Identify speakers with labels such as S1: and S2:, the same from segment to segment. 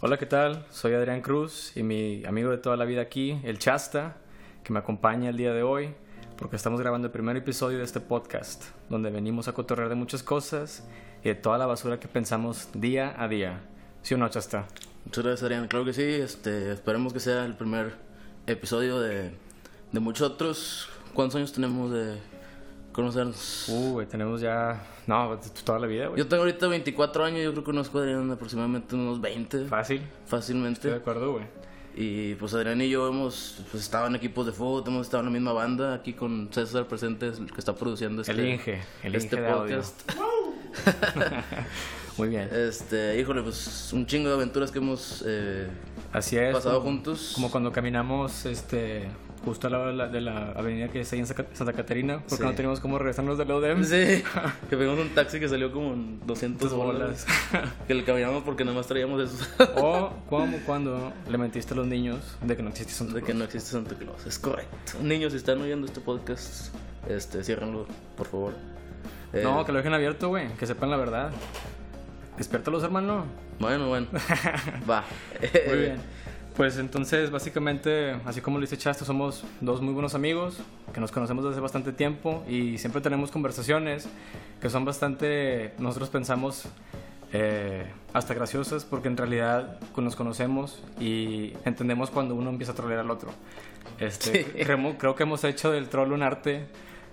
S1: Hola, ¿qué tal? Soy Adrián Cruz y mi amigo de toda la vida aquí, el Chasta, que me acompaña el día de hoy, porque estamos grabando el primer episodio de este podcast, donde venimos a cotorrear de muchas cosas y de toda la basura que pensamos día a día. ¿Sí o no, Chasta?
S2: Muchas gracias, Adrián. Claro que sí. Este, esperemos que sea el primer episodio de, de muchos otros. ¿Cuántos años tenemos de conocernos?
S1: Uh, güey, tenemos ya... No, toda la vida, güey.
S2: Yo tengo ahorita 24 años. Yo creo que conozco a Adrián aproximadamente unos 20
S1: Fácil. Estoy de
S2: fácilmente.
S1: acuerdo, güey.
S2: Y pues Adrián y yo hemos pues, estado en equipos de fútbol, hemos estado en la misma banda. Aquí con César presente, es el que está produciendo este,
S1: El Inge, el Inge
S2: este
S1: de audio.
S2: podcast.
S1: Muy bien.
S2: Este, híjole, pues un chingo de aventuras que hemos eh,
S1: Así es.
S2: pasado
S1: como-
S2: juntos.
S1: Como cuando caminamos este, justo al lado de la, de la avenida que está ahí en Saca- Santa Caterina, porque
S2: Sí.
S1: no teníamos cómo regresarnos del E ODM.
S2: Sí, que pegamos un taxi que salió como en 200 bolas.
S1: bolas.
S2: Que le caminamos porque nada más traíamos eso
S1: o como cuando le mentiste a los niños de que no existía Santa
S2: de que no existe Santa Claus. Es correcto. Niños, si están oyendo este podcast, este, ciérrenlo, por favor. Eh,
S1: Claus. No, que lo dejen abierto, güey, que sepan la verdad. Despiértalos, hermano.
S2: Bueno, bueno. Va.
S1: Muy bien. Pues entonces, básicamente, así como lo dice Chasto, somos dos muy buenos amigos que nos conocemos desde hace bastante tiempo y siempre tenemos conversaciones que son bastante, nosotros pensamos, eh, hasta graciosas porque en realidad nos conocemos y entendemos cuando uno empieza a trolear al otro. Este,
S2: Sí.
S1: remo- Creo que hemos hecho del troll un arte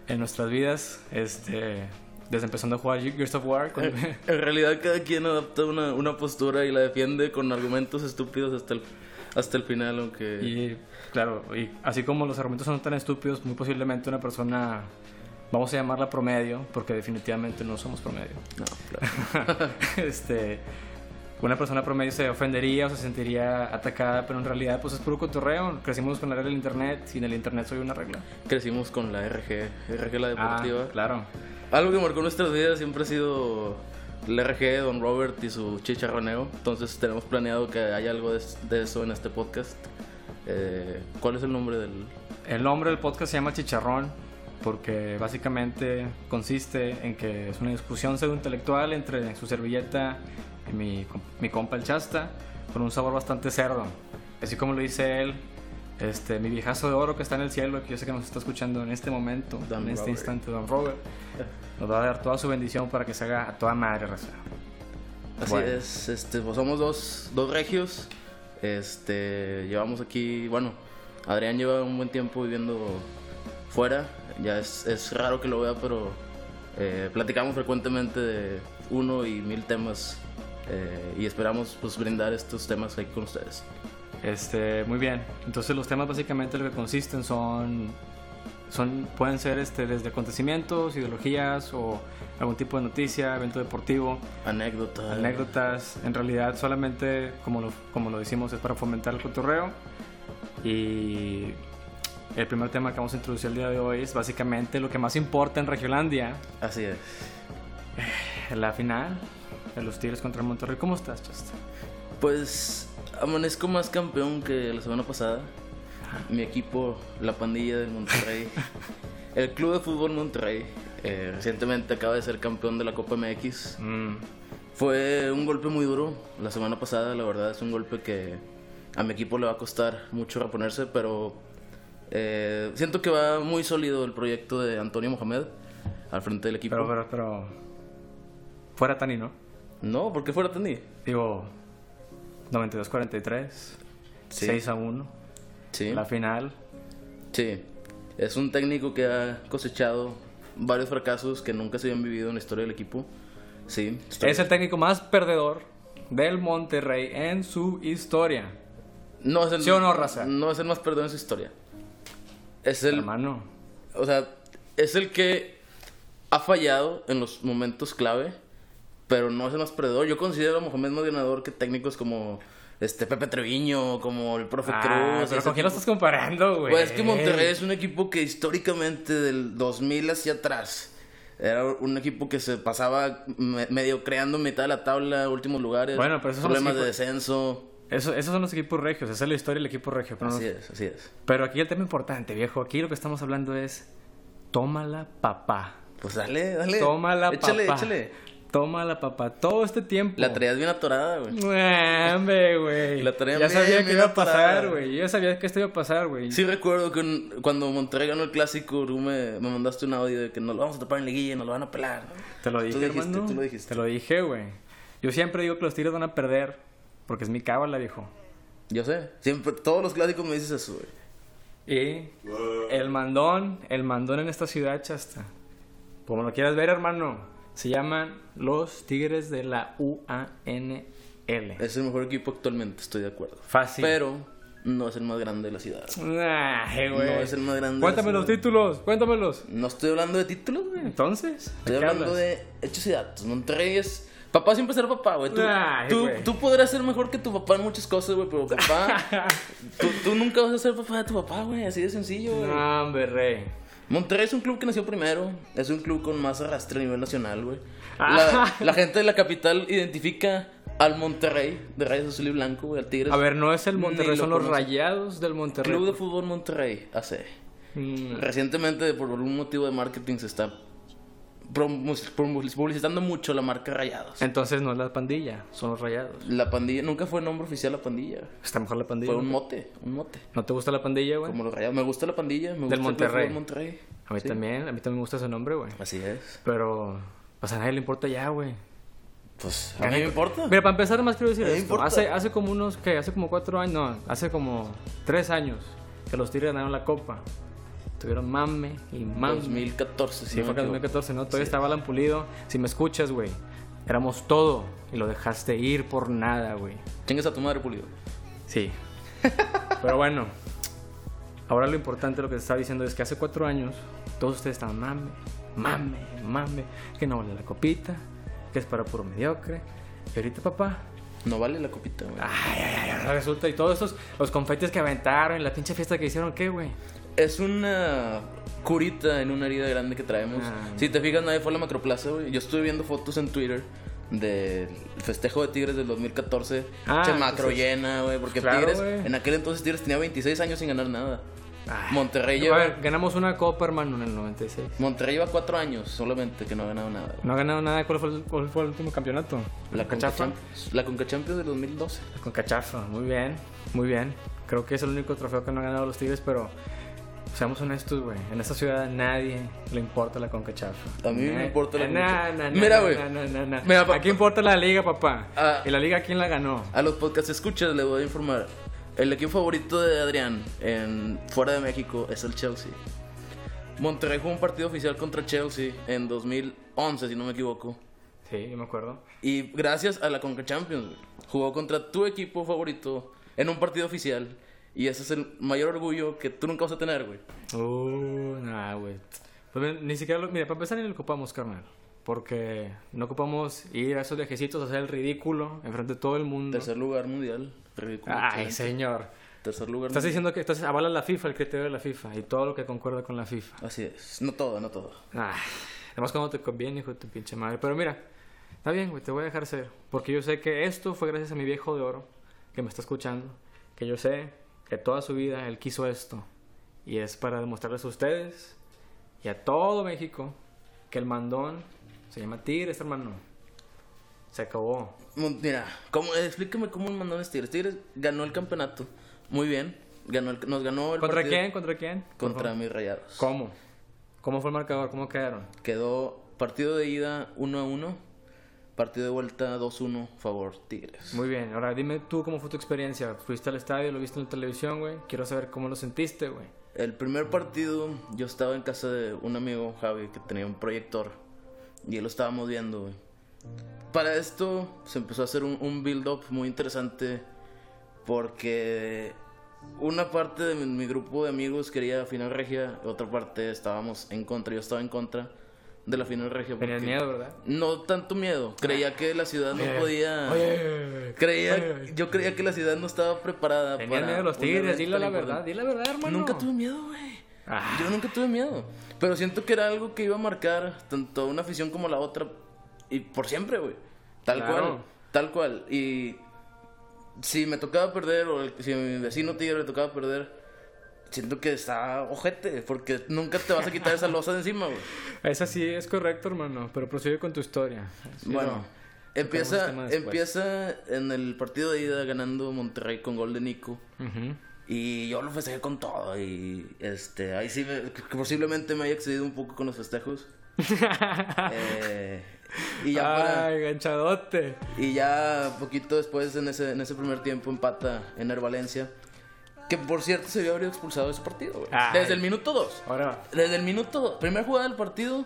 S1: en nuestras vidas, este, desde empezando a jugar Gears of War. cuando-
S2: En en realidad cada quien adapta una, una postura y la defiende con argumentos estúpidos hasta el, hasta el final, aunque...
S1: Y claro, y así como los argumentos son tan estúpidos, muy posiblemente una persona, vamos a llamarla promedio, porque definitivamente no somos promedio.
S2: No, claro.
S1: este, una persona promedio se ofendería o se sentiría atacada, pero en realidad pues es puro cotorreo. Crecimos con la regla del internet y en el internet soy una regla.
S2: Crecimos con la RG, RG la deportiva.
S1: Ah, claro.
S2: Algo que marcó nuestras vidas siempre ha sido el RG, Don Robert y su chicharroneo. Entonces tenemos planeado que haya algo de, de eso en este podcast. Eh, ¿Cuál es el nombre del...?
S1: El nombre del podcast se llama Chicharrón porque básicamente consiste en que es una discusión pseudointelectual entre su servilleta y mi, com- mi compa el chasta con un sabor bastante cerdo. Así como lo dice él, este, mi viejazo de oro que está en el cielo, que yo sé que nos está escuchando en este momento,
S2: Don
S1: en este
S2: Robert.
S1: instante, Don Robert, nos va a dar toda su bendición para que se haga a toda madre, raza.
S2: Así
S1: Bueno.
S2: es, este, pues somos dos, dos regios. Este, llevamos aquí, bueno, Adrián lleva un buen tiempo viviendo fuera. Ya es, es raro que lo vea, pero eh, platicamos frecuentemente de uno y mil temas. eh, y esperamos pues brindar estos temas ahí con ustedes.
S1: Este, muy bien. Entonces los temas básicamente lo que consisten son, son pueden ser este, desde acontecimientos, ideologías o algún tipo de noticia, evento deportivo,
S2: Anécdota.
S1: anécdotas. En realidad solamente, como lo, como lo decimos, es para fomentar el cotorreo. Y el primer tema que vamos a introducir el día de hoy es básicamente lo que más importa en Regiolandia,
S2: Así es.
S1: la final de los Tigres contra el Monterrey. ¿Cómo estás, Chester?
S2: Pues amanezco más campeón que la semana pasada. Mi equipo, la pandilla del Monterrey, el Club de Fútbol Monterrey, eh, recientemente acaba de ser campeón de la Copa MX.
S1: Mm,
S2: Fue un golpe muy duro la semana pasada, la verdad es un golpe que a mi equipo le va a costar mucho reponerse, pero eh, siento que va muy sólido el proyecto de Antonio Mohamed al frente del equipo.
S1: pero, pero, pero... Fuera Tani, ¿no?
S2: No, porque fuera Tandí.
S1: Digo, 92-43,
S2: Sí.
S1: 6 a 1,
S2: Sí.
S1: la final.
S2: Sí, es un técnico que ha cosechado varios fracasos que nunca se habían vivido en la historia del equipo. Sí, estoy-
S1: Es el técnico más perdedor del Monterrey en su historia.
S2: no es el,
S1: ¿Sí o no, raza?
S2: No es el más perdón en su historia. Es el,
S1: Hermano,
S2: o sea, es el que ha fallado en los momentos clave, pero no es el más perdedor. Yo considero a Mohamed más ganador que técnicos como este Pepe Treviño, como el profe
S1: Ah,
S2: Cruz.
S1: pero
S2: ese
S1: ¿con quién lo
S2: tipo-
S1: estás comparando, güey?
S2: Pues es que Monterrey es un equipo que históricamente del 2000 hacia atrás era un equipo que se pasaba me- medio creando mitad de la tabla, últimos lugares,
S1: Bueno, pero esos son los
S2: problemas de
S1: equipos-
S2: descenso.
S1: Eso- esos son los equipos regios, esa es la historia del equipo regio. Pero, no-
S2: Así es, así es.
S1: pero aquí el tema importante, viejo. Aquí lo que estamos hablando es: tómala, papá.
S2: Pues dale, dale.
S1: Tómala,
S2: échale,
S1: papá.
S2: échale.
S1: Toma la papá, todo este tiempo.
S2: La traías bien atorada, güey.
S1: Nah, Hombre, güey.
S2: La traían
S1: Ya
S2: bien,
S1: sabía que
S2: bien
S1: iba a
S2: atorada,
S1: pasar,
S2: güey.
S1: güey. Yo ya sabía que esto iba a pasar, güey.
S2: Sí recuerdo que un- cuando Monterrey ganó el clásico, tú me, me mandaste un audio de que nos lo vamos a tapar en liguilla, nos lo van a pelar.
S1: Te lo dije,
S2: dijiste,
S1: hermano.
S2: tú lo dijiste.
S1: Te lo dije, güey. Yo siempre digo que los Tigres van a perder porque es mi cábala, viejo.
S2: Yo sé, siempre, todos los clásicos me dices eso, güey.
S1: Y el mandón, el mandón en esta ciudad, chasta. Como lo quieras ver, hermano, se llaman los Tigres de la UANL.
S2: Es el mejor equipo actualmente, estoy de acuerdo.
S1: Fácil.
S2: Pero no es el más grande de la ciudad.
S1: Ay, eh, güey.
S2: No es el más grande de la
S1: Cuéntame los
S2: ciudad.
S1: títulos, cuéntamelos.
S2: No estoy hablando de títulos, güey.
S1: Entonces, ¿de
S2: Estoy
S1: qué
S2: hablando
S1: hablas?
S2: de hechos y datos. Monterrey es. Papá siempre será papá, güey. Tú,
S1: Ay,
S2: tú,
S1: güey.
S2: tú podrás ser mejor que tu papá en muchas cosas, güey, pero papá. tú, tú nunca vas a ser papá de tu papá, güey. Así de sencillo, güey.
S1: No, hombre, rey.
S2: Monterrey es un club que nació primero. Es un club con más arrastre a nivel nacional, güey.
S1: Ah.
S2: La, la gente de la capital identifica al Monterrey de Rayos Azul y Blanco, güey, al Tigres.
S1: A ver, no es el
S2: Ni
S1: Monterrey,
S2: lo
S1: son los
S2: conozco.
S1: rayados del Monterrey.
S2: Club de Fútbol Monterrey, AC.
S1: Mm,
S2: Recientemente, por un motivo de marketing, se está promu- promu- publicitando mucho la marca Rayados.
S1: Entonces no es la pandilla, son los rayados.
S2: La pandilla nunca fue nombre oficial la pandilla.
S1: Está mejor la pandilla.
S2: Fue un mote, un mote.
S1: ¿No te gusta la pandilla, güey?
S2: Como los rayados. Me gusta la pandilla, me gusta
S1: Del
S2: el Club
S1: Monterrey.
S2: Fútbol Monterrey.
S1: A mí también, a mí también me gusta ese nombre, güey.
S2: Así es.
S1: Pero, pues a nadie le importa ya, güey.
S2: Pues a mí me importa.
S1: Mira, para empezar, más quiero decir
S2: A mí me
S1: esto.
S2: importa.
S1: Hace, hace como unos, ¿qué? Hace como cuatro años, no, hace como tres años que los Tigres ganaron la Copa. Tuvieron mame y mame.
S2: 2014, si
S1: Sí,
S2: no
S1: fue
S2: me
S1: en
S2: equivoco.
S1: 2014, ¿no? Todavía estaba Alan Pulido. Si me escuchas, güey, éramos todo y lo dejaste ir por nada, güey.
S2: Chingues a tu madre, Pulido.
S1: Sí. Pero bueno, ahora lo importante, lo que te estaba diciendo es que hace cuatro años todos ustedes estaban mame, mame, mame, que no vale la copita, que es para puro mediocre. Y ahorita, papá,
S2: No vale la copita, güey.
S1: ay, ay, ay, ahora resulta, y todos esos, los confetes que aventaron, y la pinche fiesta que hicieron, ¿qué, güey?
S2: Es una curita en una herida grande que traemos.
S1: Ay.
S2: Si te fijas, nadie fue a la macroplaza, güey. Yo estuve viendo fotos en Twitter del festejo de Tigres del 2014.
S1: Ah,
S2: che, macro
S1: entonces-
S2: llena, güey. Porque
S1: Claro,
S2: Tigres,
S1: güey. Ah,
S2: en aquel entonces Tigres tenía 26 años sin ganar nada.
S1: Ay.
S2: Monterrey
S1: A
S2: lleva,
S1: ver, ganamos una copa, hermano, en el 96.
S2: Monterrey lleva 4 años solamente que no ha ganado nada. güey.
S1: No ha ganado nada. ¿Cuál fue el, cuál fue el último campeonato?
S2: La Conca Champions- La Conca Champions del 2012.
S1: La Concachafa. Muy bien, muy bien. Creo que es el único trofeo que no han ganado los Tigres, pero seamos honestos, güey. En esta ciudad a nadie le importa la Concachafa.
S2: A mí me
S1: Na-
S2: importa la
S1: na-
S2: Conca.
S1: na- na-
S2: Mira,
S1: na-
S2: güey.
S1: na- na- na- na.
S2: Mira, pa-
S1: Aquí importa la liga, papá.
S2: Ah.
S1: ¿Y la liga quién la ganó?
S2: A los podcast escuchas les voy a informar. El equipo favorito de Adrián en fuera de México es el Chelsea. Monterrey jugó un partido oficial contra Chelsea en 2011, si no me equivoco.
S1: Sí, yo me acuerdo.
S2: Y gracias a la Conca Champions, güey, jugó contra tu equipo favorito en un partido oficial. Y ese es el mayor orgullo que tú nunca vas a tener, güey.
S1: Uh, nah, güey. Pues mira, ni siquiera lo. Mira, para empezar ni lo ocupamos, carnal. Porque no ocupamos ir a esos viajecitos a hacer el ridículo enfrente de todo el mundo.
S2: Tercer lugar mundial. Ridículo.
S1: Ay,
S2: excelente.
S1: señor.
S2: Tercer lugar
S1: Ah, Estás
S2: mundial.
S1: diciendo que estás avala la FIFA, el criterio de la FIFA y todo lo que concuerda con la FIFA.
S2: Así es. No todo, no todo.
S1: Ah, además cuando te conviene, hijo de tu pinche madre. Pero mira, está bien, güey, te voy a dejar ser. Porque yo sé que esto fue gracias a mi viejo de oro que me está escuchando. Que yo sé que toda su vida él quiso esto. Y es para demostrarles a ustedes y a todo México que el mandón se llama Tigres, hermano. Se acabó.
S2: Mon- Mira, ¿cómo, eh, explícame cómo mandó a Tigres. Tigres ganó el campeonato. Muy bien. Ganó el- nos ganó el
S1: ¿Contra
S2: partido
S1: quién? ¿Contra quién? Por
S2: Contra
S1: favor.
S2: mis rayados.
S1: ¿Cómo? ¿Cómo fue el marcador? ¿Cómo quedaron?
S2: Quedó partido de ida 1 a 1. Partido de vuelta 2-1 favor Tigres.
S1: Muy bien, ahora dime tú cómo fue tu experiencia. Fuiste al estadio, lo viste en la televisión, güey. Quiero saber cómo lo sentiste, güey.
S2: El primer partido yo estaba en casa de un amigo, Javi, que tenía un proyector. Y lo estábamos viendo, güey. Para esto se empezó a hacer un, un build-up muy interesante porque una parte de mi, mi grupo de amigos quería Final Regia, otra parte estábamos en contra, yo estaba en contra de la Final Regia.
S1: Tenías
S2: porque-
S1: miedo, ¿verdad?
S2: No tanto miedo, creía que la ciudad no
S1: Eh,
S2: podía...
S1: Oye,
S2: creía, yo creía que la ciudad no estaba preparada
S1: Tenías
S2: para
S1: miedo de los
S2: un
S1: tigres,
S2: evento
S1: dile la
S2: tan importante.
S1: verdad, dile la verdad, hermano.
S2: Nunca tuve miedo, güey.
S1: Ah.
S2: Yo nunca tuve miedo. Pero siento que era algo que iba a marcar tanto una afición como la otra. Y por siempre, güey. Tal
S1: Claro.
S2: cual. Tal cual. Y si me tocaba perder o el- si a mi vecino tigre le tocaba perder, siento que está ojete, porque nunca te vas a quitar esa losa de encima, güey.
S1: Esa sí es correcto, hermano, pero prosigue con tu historia. Sí,
S2: Bueno,
S1: ese
S2: empieza,
S1: tema después.
S2: empieza en el partido de ida ganando Monterrey con gol de Nico.
S1: no. Ujú.
S2: Y yo lo festejé con todo. Y este, ahí sí, me- que posiblemente me haya excedido un poco con los festejos. Eh, y, ya para-
S1: Ay, ganchadote.
S2: y ya poquito después, en ese, en ese primer tiempo, empata en el Valencia. Que por cierto, se había expulsado de ese partido, güey.
S1: Ay.
S2: Desde el minuto 2.
S1: Ahora,
S2: Desde el minuto, primera jugada del partido,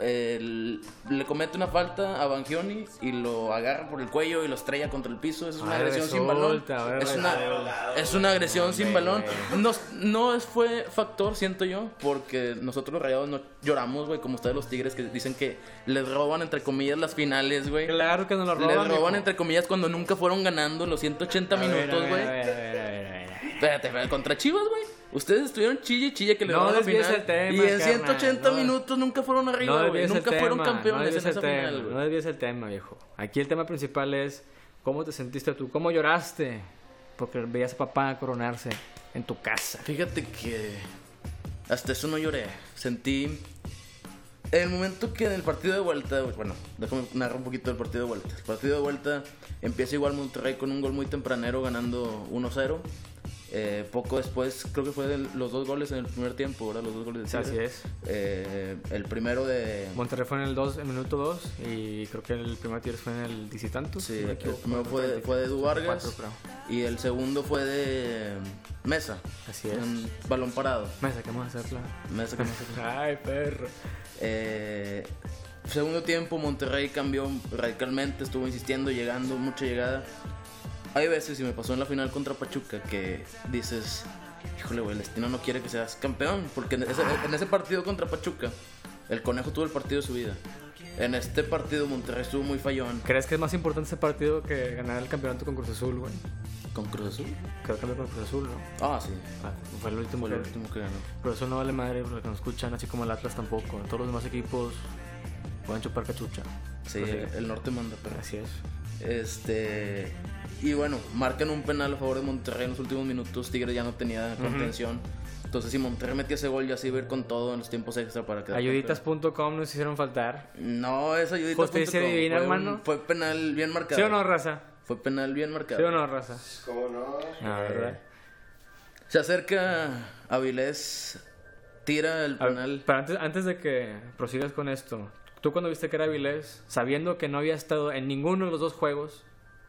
S2: el- le comete una falta a Bangioni y lo agarra por el cuello y lo estrella contra el piso. Eso es una
S1: Ahora
S2: agresión sin balón.
S1: resulta, ahora
S2: Es una, es una agresión sin balón. No, no es- fue factor, siento yo, porque nosotros los rayados no lloramos, güey, como ustedes los tigres que dicen que les roban, entre comillas, las finales, güey.
S1: claro que nos lo roban.
S2: les roban,
S1: mijo.
S2: entre comillas, cuando nunca fueron ganando los 180
S1: A ver, a ver,
S2: minutos,
S1: a
S2: güey.
S1: ver, a ver, a ver, a ver.
S2: Espérate, espérate, contra Chivas, güey. Ustedes estuvieron chille, chille que le
S1: No
S2: robaron la
S1: desvíes
S2: final.
S1: el tema,
S2: y en
S1: carnal,
S2: 180
S1: no.
S2: minutos nunca fueron
S1: No
S2: arriba, güey.
S1: desvíes el
S2: Nunca fueron
S1: tema, no
S2: campeones
S1: desvíes
S2: en esa
S1: el tema,
S2: final, güey.
S1: No desvíes el tema, viejo. Aquí el tema principal es cómo te sentiste tú, cómo lloraste porque veías a papá coronarse en tu casa.
S2: Fíjate que hasta eso no lloré. Sentí en el momento que en el partido de vuelta, güey, bueno, déjame narrar un poquito el partido de vuelta. El partido de vuelta empieza igual Monterrey con un gol muy tempranero ganando 1-0. Eh, poco después, creo que fue de los dos goles en el primer tiempo, ¿verdad? Los dos goles de
S1: Así
S2: Tigres.
S1: es.
S2: Eh, el primero de
S1: Monterrey fue en el, dos, en el minuto 2 y creo que el primer tiro fue en el 10 y tantos.
S2: Sí,
S1: si no me
S2: el
S1: equivoco.
S2: primero fue de, fue de Edu Vargas
S1: Cuatro,
S2: y el segundo fue de mm, Mesa.
S1: Así es.
S2: Un balón parado.
S1: Me saquemos a hacerla.
S2: Mesa que no se-
S1: Ay, perro.
S2: Eh, segundo tiempo Monterrey cambió radicalmente, estuvo insistiendo, llegando, mucha llegada. Hay veces, y me pasó en la final contra Pachuca, que dices, híjole, güey, el destino no quiere que seas campeón, porque en ese, en ese partido contra Pachuca, el conejo tuvo el partido de su vida. En este partido Monterrey estuvo muy fallón
S1: ¿Crees que es más importante ese partido que ganar el campeonato con Cruz Azul, güey?
S2: con Cruz Azul.
S1: Creo que con Cruz Azul, ¿no?
S2: Ah, sí,
S1: Ah, Fue el último,
S2: fue el
S1: que-
S2: último que ganó.
S1: Pero eso no vale madre porque no escuchan, así como el Atlas tampoco. Todos los demás equipos pueden chupar cachucha.
S2: Sí,
S1: Así,
S2: el norte manda, pero
S1: así es.
S2: Este. Y bueno, marcan un penal a favor de Monterrey en los últimos minutos. Tigres ya no tenía contención. Entonces, si Monterrey metía ese gol, ya se iba a ir con todo en los tiempos extra para que.
S1: Ayuditas.com nos hicieron faltar.
S2: No, es ayuditas.
S1: Justicia
S2: punto com.
S1: divina,
S2: Fue un-
S1: hermano.
S2: Fue penal bien marcado.
S1: ¿Sí o no, raza?
S2: Fue penal bien marcado.
S1: ¿Sí o no, raza?
S3: ¿Cómo no?
S1: Ah,
S2: Eh,
S1: ¿verdad?
S2: Se acerca Avilés, tira el
S1: A ver,
S2: penal.
S1: pero antes, antes de que prosigas con esto, tú cuando viste que era Avilés, sabiendo que no había estado en ninguno de los dos juegos,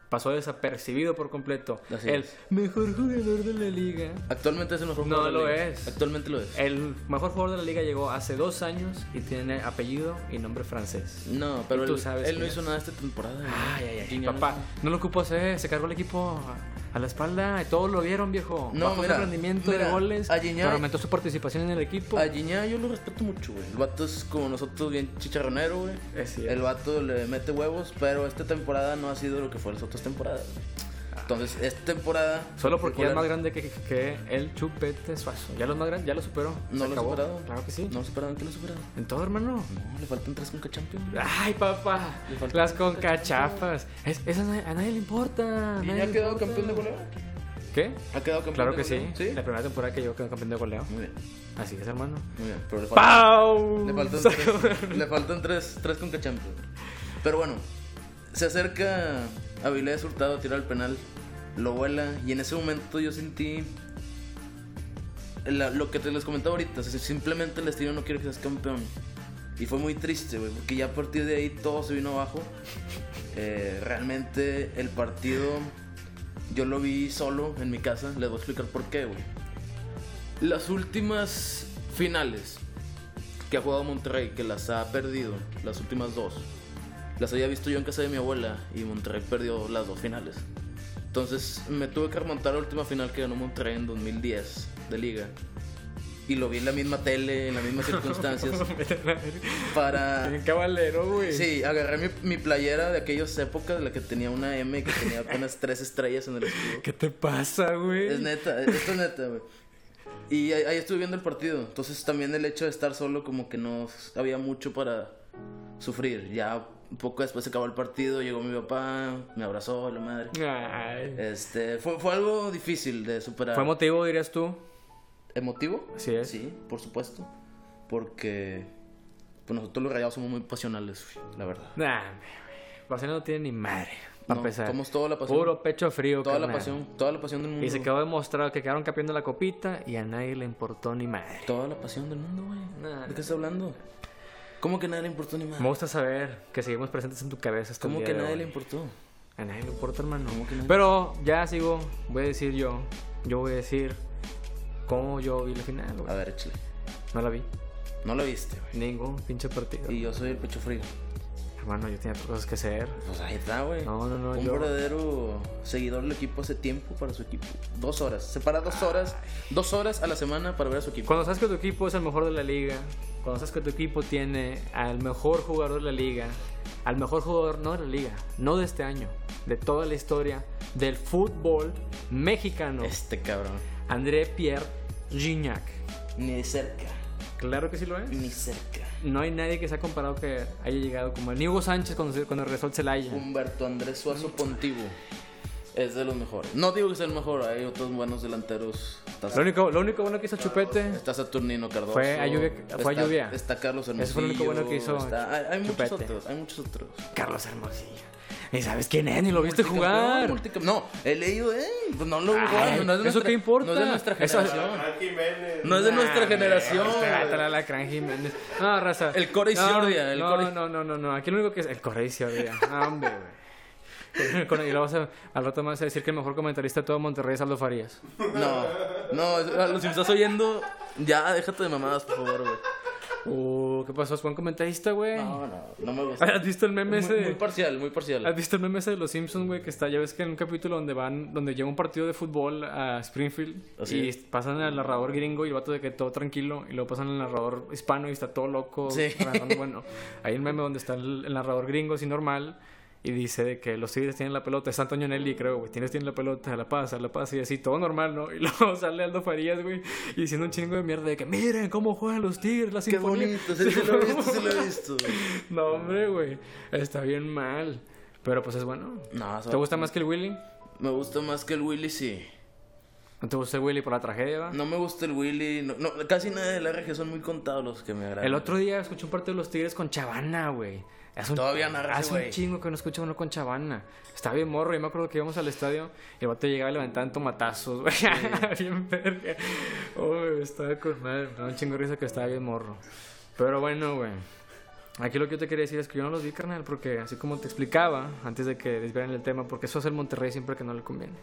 S1: pasó desapercibido por completo.
S2: Así
S1: el
S2: es.
S1: mejor jugador de la liga.
S2: Actualmente es el mejor
S1: No
S2: jugador de la
S1: lo
S2: liga.
S1: es.
S2: Actualmente lo es.
S1: El mejor jugador de la liga llegó hace dos años y tiene apellido y nombre francés.
S2: No, pero
S1: Y tú
S2: él,
S1: sabes
S2: él no
S1: quién
S2: hizo
S1: es.
S2: nada esta temporada.
S1: Ay, ay, ay, papá, no lo ocupó hacer, se cargó el equipo a- a la espalda, y todos lo vieron, viejo.
S2: No,
S1: No, Bajó
S2: mira,
S1: su rendimiento
S2: mira,
S1: de goles,
S2: a Gignac-
S1: pero aumentó su participación en el equipo.
S2: A Gignac yo lo respeto mucho, güey. El vato es como nosotros, bien chicharronero, güey.
S1: Así es.
S2: El vato le mete huevos, pero esta temporada no ha sido lo que fue las otras temporadas, güey. Entonces, esta temporada.
S1: Ah. Solo porque
S2: particular,
S1: es más grande que, que el chupete suazo. Ya lo más grande, ya lo superó.
S2: No
S1: Se
S2: lo he
S1: acabó.
S2: superado.
S1: Claro que sí.
S2: No lo he superado, ¿qué lo he superado?
S1: En todo, hermano.
S2: No, le faltan tres Conca Champions, güey.
S1: Ay, papá,
S2: Le faltó
S1: las concachafas. Es, esas a, nadie- a nadie le importa. a
S2: ¿Y
S1: nadie
S2: ya ha
S1: le
S2: quedado
S1: importa.
S2: campeón de goleo?
S1: ¿Qué?
S2: ¿Ha quedado campeón
S1: Claro
S2: de
S1: que sí.
S2: goleo? ¿Sí?
S1: La primera temporada que yo quedé campeón de goleo.
S2: Muy bien,
S1: Así es, hermano.
S2: muy bien. Pero le faltan,
S1: ¡Pau!
S2: le faltan tres, le faltan tres, tres Conca Champions. Pero bueno, se acerca Avilés Hurtado a tirar el penal, lo vuela y en ese momento yo sentí la- lo que te les comentaba ahorita, o sea, simplemente el destino no quiere que seas campeón. Y fue muy triste, güey, porque ya a partir de ahí todo se vino abajo. Eh, realmente el partido yo lo vi solo en mi casa, les voy a explicar por qué, güey. Las últimas finales que ha jugado Monterrey, que las ha perdido, las últimas dos, las había visto yo en casa de mi abuela y Monterrey perdió las dos finales. Entonces me tuve que remontar a la última final que ganó Monterrey en 2010 de liga. Y lo vi en la misma tele, en las mismas circunstancias. para...
S1: Qué valero, güey.
S2: Sí, agarré mi, mi playera de aquellas épocas, la que tenía una M y que tenía apenas tres estrellas en el escudo.
S1: ¿Qué te pasa, güey?
S2: Es neta, eh, esto es neta, güey. Y ahí, ahí estuve viendo el partido. Entonces también el hecho de estar solo como que no había mucho para sufrir. Ya un poco después se acabó el partido, llegó mi papá, me abrazó, la madre.
S1: Ay.
S2: Este, fue, fue algo difícil de superar.
S1: ¿Fue motivo, dirías tú?
S2: emotivo.
S1: Así es.
S2: Sí, por supuesto. Porque pues nosotros los rayados somos muy pasionales, güey, la verdad.
S1: Nah, hombre, güey. Barcelona no tiene ni madre. Para
S2: No,
S1: empezar.
S2: somos toda la pasión.
S1: Puro pecho frío,
S2: toda la
S1: carnal.
S2: pasión, toda la pasión del mundo.
S1: Y se
S2: güey.
S1: quedó demostrado que quedaron campeón de la copita y a nadie le importó ni madre.
S2: Toda la pasión del mundo, güey.
S1: Nah.
S2: ¿De qué estás hablando? ¿Cómo que nadie le importó ni más?
S1: Me gusta saber que seguimos presentes en tu cabeza hasta el
S2: ¿Cómo
S1: día
S2: que
S1: de
S2: nadie
S1: hoy.
S2: le importó?
S1: A nadie le importa, hermano.
S2: ¿Cómo que nadie?
S1: Pero ya sigo, voy a decir yo. Yo voy a decir cómo yo vi la final, güey.
S2: A ver, échale.
S1: No la vi.
S2: No lo viste, güey.
S1: Ningún pinche partido.
S2: Y yo soy el pecho frío.
S1: Hermano, yo tenía otras cosas que hacer.
S2: Pues ahí está, güey.
S1: No, no, no,
S2: Un
S1: yo-
S2: verdadero seguidor del equipo hace tiempo para su equipo. Dos horas. Separa dos horas. Dos horas a la semana para ver a su equipo.
S1: Cuando sabes que tu equipo es el mejor de la liga, cuando sabes que tu equipo tiene al mejor jugador de la liga, al mejor jugador no de la liga, no de este año, de toda la historia del fútbol mexicano,
S2: Este cabrón.
S1: André Pierre Gignac.
S2: Ni de cerca.
S1: Claro que sí lo es.
S2: Ni cerca.
S1: No hay nadie que se ha comparado que haya llegado como el Hugo Sánchez cuando, se- cuando regresó al Celaya.
S2: Humberto Andrés Suazo Pontivo. Es de los mejores. No digo que sea el mejor. Hay otros buenos delanteros. Está,
S1: Lo único, lo único bueno que hizo Chupete,
S2: está Saturnino Cardoso.
S1: Fue a lluvia- fue a
S2: está-
S1: lluvia.
S2: Está Carlos Hermosillo.
S1: Eso fue lo único bueno que hizo
S2: está- hay, hay muchos
S1: Chupete.
S2: otros. Hay muchos otros.
S1: Carlos Hermosillo. Ni sabes quién es, ni lo viste jugar.
S2: Multicampeón, multicam- No, he leído, eh. Pues no lo
S1: Ay,
S2: bueno, no es de
S1: ¿eso
S2: nuestra-
S1: qué importa?
S2: No es de nuestra
S1: Eso-
S2: generación.
S3: Jiménez.
S2: No es de nuestra
S1: Nah,
S2: generación.
S1: hombre, Está la Alacrán Jiménez. No, raza.
S2: El Corey
S1: no,
S2: Ciordia, el
S1: no,
S2: Corey-
S1: no, no, no, no. Aquí lo único que es. El Corey Ciordia. No, hombre, güey. Con- Y lo vas a, al rato me vas a decir que el mejor comentarista de todo Monterrey es Aldo Farías.
S2: No, no, Lalo, si me estás oyendo, ya déjate de mamadas, por favor, güey.
S1: Uh, ¿qué pasó? Es buen comentarista, güey.
S2: No, no, no me gusta.
S1: ¿Has visto el meme
S2: Muy,
S1: ese?
S2: muy parcial, muy
S1: ¿Has
S2: parcial.
S1: visto el meme ese de los Simpsons, güey? Que está, ya ves que en un capítulo donde van, donde llega un partido de fútbol a Springfield
S2: Así
S1: y
S2: es.
S1: pasan al narrador gringo y el vato de que todo tranquilo y luego pasan al narrador hispano y está todo loco.
S2: Sí.
S1: narrando. Bueno, hay un meme donde está el, el narrador gringo así normal y dice de que los Tigres tienen la pelota, es Antonio Nelly, creo, güey. Tienes, tienen la pelota, la pasa, la pasa y así, todo normal, ¿no? Y luego sale Aldo Farías, güey, y diciendo un chingo de mierda de que miren cómo juegan los Tigres, la
S2: Qué
S1: sinfonía".
S2: bonito, sí, sí lo he visto, sí lo he visto. güey.
S1: No, hombre, güey. Está bien mal. Pero pues es bueno.
S2: No,
S1: ¿Te gusta más que el Willy?
S2: me gusta más que el Willy, sí.
S1: ¿No te gusta el Willy por la tragedia? va?
S2: No me gusta el Willy, no, no, casi nada de la RG, son muy contados los que me agradan.
S1: El otro día escuché un partido de los Tigres con Chavana, güey. Hace un-
S2: Todavía narra ese
S1: Hace un
S2: güey.
S1: chingo que no escucho uno con Chavana. Estaba bien morro. Yo me acuerdo que íbamos al estadio y el vato llegaba y levantaban tomatazos, güey. bien verga. Uy, estaba con madre. Me daba un chingo de risa que estaba bien morro. Pero bueno, güey. Aquí lo que yo te quería decir es que yo no los vi, carnal, porque así como te explicaba, antes de que desviaran el tema, porque eso hace el Monterrey siempre que no le conviene.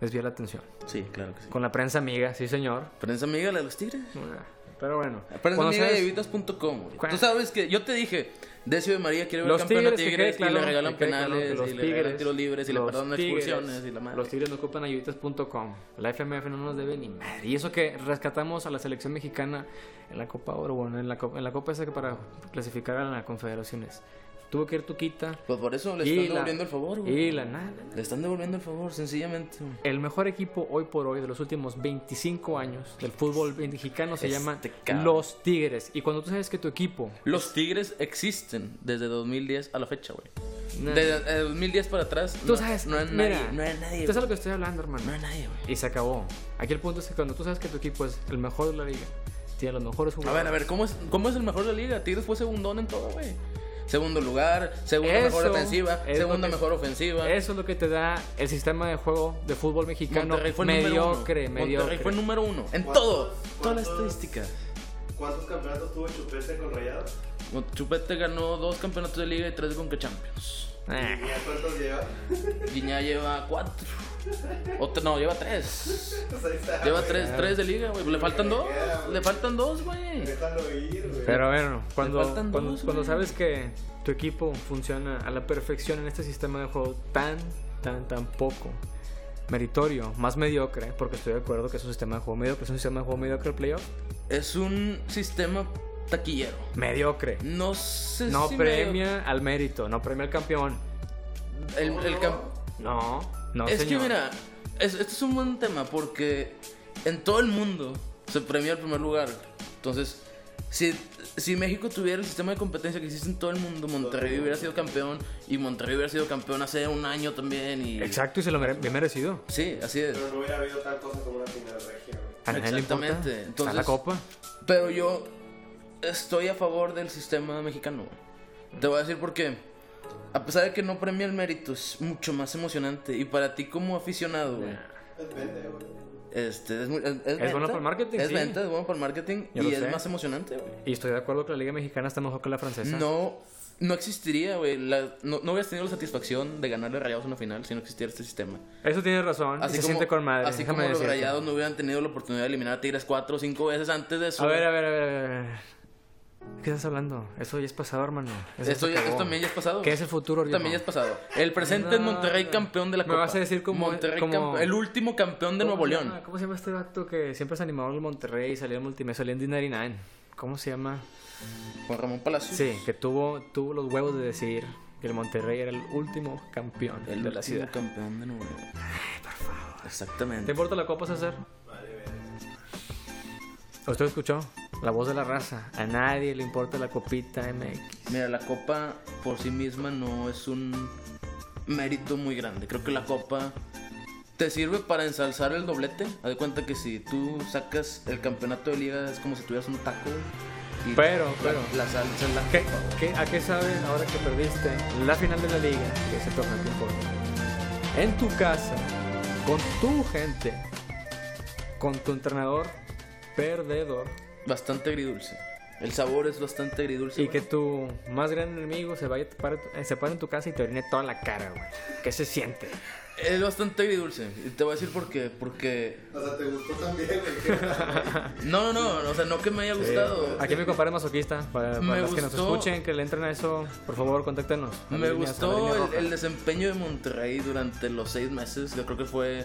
S1: Desvía la atención.
S2: Sí, claro que sí.
S1: Con la prensa amiga, sí, señor.
S2: Prensa amiga, la de los tigres.
S1: Ah, Pero bueno,
S2: Prensa
S1: cuando
S2: amiga de
S1: sabes-
S2: evitas.com. güey.
S1: ¿Cuál?
S2: Tú sabes que yo te dije, Decio de María quiere ver
S1: los
S2: campeón a
S1: tigres, que quede
S2: Tigres y
S1: claro,
S2: le regalan
S1: que quede claro que
S2: penales
S1: los
S2: y le regalan
S1: Tigres-
S2: tiros libres y le
S1: los
S2: perdonan
S1: Tigres-
S2: expulsiones y la madre.
S1: Los tigres no ocupan ayuditas.com. La FMF no nos debe ni madre. Y eso que rescatamos a la selección mexicana en la Copa Oro, bueno, en la Copa, en la Copa esa que para clasificar a las confederaciones. Tuvo que ir Tuquita.
S2: Pues por eso le
S1: Y
S2: están
S1: la-
S2: devolviendo el favor, güey.
S1: Y la nada.
S2: Le están devolviendo el favor, sencillamente. güey.
S1: El mejor equipo hoy por hoy de los últimos 25 años del fútbol mexicano se
S2: Este
S1: llama
S2: cabrón.
S1: Los Tigres. Y cuando tú sabes que tu equipo
S2: Los Tigres existen desde 2010 a la fecha, güey.
S1: Nah.
S2: Desde eh, 2010 para atrás.
S1: Tú
S2: no-
S1: sabes,
S2: No hay
S1: mira,
S2: nadie. No hay nadie.
S1: Tú sabes
S2: güey.
S1: lo que estoy hablando, hermano.
S2: No hay nadie, güey.
S1: Y se acabó. Aquí el punto es que cuando tú sabes que tu equipo es el mejor de la liga, tiene los mejores
S2: A
S1: jugadores.
S2: ver, a ver, ¿cómo es, cómo es el mejor de la liga? Tigres fue segundón en todo, güey. Segundo lugar, segunda
S1: Eso
S2: mejor defensiva,
S1: es
S2: segunda
S1: lo que-
S2: mejor ofensiva.
S1: Eso es lo que te da el sistema de juego de fútbol mexicano
S2: Monterrey fue el
S1: mediocre,
S2: número uno. Monterrey fue el
S1: mediocre.
S2: número uno en
S3: ¿Cuántos-
S2: todo. Todas las
S3: cuántos-
S2: estadísticas.
S3: ¿Cuántos campeonatos tuvo Chupete con Rayados?
S2: Chupete ganó dos campeonatos de liga y tres de Conca Champions.
S1: Ah,
S3: ¿Y a cuántos lleva?
S2: Guiñá lleva cuatro. Otro, no, lleva tres.
S3: Pues ahí está,
S2: Lleva
S3: güey.
S2: tres, tres de liga, güey. Le faltan dos. Le faltan dos, güey.
S3: Déjalo ir, güey.
S1: Pero bueno, cuando,
S2: faltan
S1: cuando,
S2: dos,
S1: cuando
S2: güey.
S1: sabes que tu equipo funciona a la perfección en este sistema de juego tan, tan, tan poco meritorio, más mediocre, porque estoy de acuerdo que es un sistema de juego mediocre, es un sistema de juego mediocre el playoff,
S2: Es un sistema taquillero.
S1: mediocre.
S2: No sé
S1: No
S2: si me-
S1: premia al mérito, no premia al campeón.
S2: el, el cam-
S1: No, no
S2: es
S1: señor.
S2: que mira, es- este es un buen tema porque en todo el mundo se premia el primer lugar. Entonces, Si, si México tuviera el sistema de competencia que existe en todo el mundo, Monterrey hubiera sido campeón y Monterrey hubiera sido campeón hace un año también. Y,
S1: Exacto, y se lo mere- bien merecido.
S2: Sí, así es.
S3: Pero no hubiera habido tal cosa como una final regia, güey.
S1: A nadie le importa.
S2: Exactamente,
S1: Está
S2: entonces-
S1: la copa.
S2: Pero yo estoy a favor del sistema mexicano. güey. Te voy a decir por qué. A pesar de que no premia el mérito, es mucho más emocionante. Y para ti como aficionado, güey.
S3: Depende, güey.
S2: Este, es, muy- es- es
S1: bueno
S2: venta,
S1: para el marketing,
S2: Es
S1: sí.
S2: venta, es bueno para el marketing
S1: Yo
S2: y
S1: lo
S2: es
S1: sé.
S2: más emocionante, güey.
S1: Y estoy de acuerdo que la liga mexicana está mejor que la francesa.
S2: No, no existiría, güey. la- No, no hubieras tenido la satisfacción de ganarle a Rayados una final si no existiera este sistema.
S1: Eso tienes razón. y se siente con madre.
S2: así
S1: déjame
S2: como los
S1: decirte.
S2: Rayados no hubieran tenido la oportunidad de eliminar a Tigres cuatro o cinco veces antes de eso.
S1: A ver,
S2: güey.
S1: a ver, a ver, a ver, a ver. ¿Qué estás hablando? Eso ya es pasado, hermano. Eso
S2: Esto,
S1: se
S2: ya-
S1: acabó.
S2: esto también ya es pasado.
S1: ¿Qué es el futuro,
S2: Esto También ya
S1: viejo?
S2: es pasado. El presente es
S1: No,
S2: Monterrey
S1: no.
S2: campeón de la
S1: Me
S2: Copa.
S1: vas a decir como-
S2: Monterrey
S1: como-
S2: campe- el último campeón de Nuevo
S1: ¿Cómo se
S2: León.
S1: llama- ¿Cómo se llama este acto que siempre se animaba en Monterrey y salía en Multimedia, salía en D99? ¿Cómo se llama?
S2: Con Ramón Palacios.
S1: Sí, que tuvo, tuvo los huevos de decir que el Monterrey era el último campeón
S2: El
S1: de
S2: último
S1: la ciudad.
S2: campeón de Nuevo León.
S1: ¿Te
S2: Exactamente.
S1: importa la copa, César?
S3: Vale, verga.
S1: ¿Usted escuchó? La voz de la raza. A nadie le importa la copita MX.
S2: Mira, la Copa por sí misma no es un mérito muy grande. Creo que la Copa te sirve para ensalzar el doblete. Haz de cuenta que si tú sacas el campeonato de liga es como si tuvieras un taco. Y
S1: Pero,
S2: la,
S1: pero.
S2: La salsa en la
S1: ¿Qué,
S2: Copa, güey.
S1: qué- a qué sabes ahora que perdiste la final de la liga, que es el torneo que importa? En tu casa, con tu gente, con tu entrenador perdedor
S2: Bastante agridulce. El sabor es bastante agridulce.
S1: y que tu más gran enemigo se vaya para, se pare en tu casa y te orine toda la cara, güey. ¿Qué se siente?
S2: Es bastante agridulce. Y te voy a decir por qué. Porque.
S3: O sea, te gustó también, güey. Qué raro.
S2: No, no, no. O sea, no que me haya gustado.
S1: Eh, Aquí mi compadre masoquista, para, para
S2: Me
S1: los que nos
S2: gustó-
S1: escuchen, que le entren a eso, por favor, contáctenos. A
S2: Me
S1: la línea- a la línea
S2: gustó el,
S1: roja.
S2: el desempeño de Monterrey durante los seis meses. Yo creo que fue,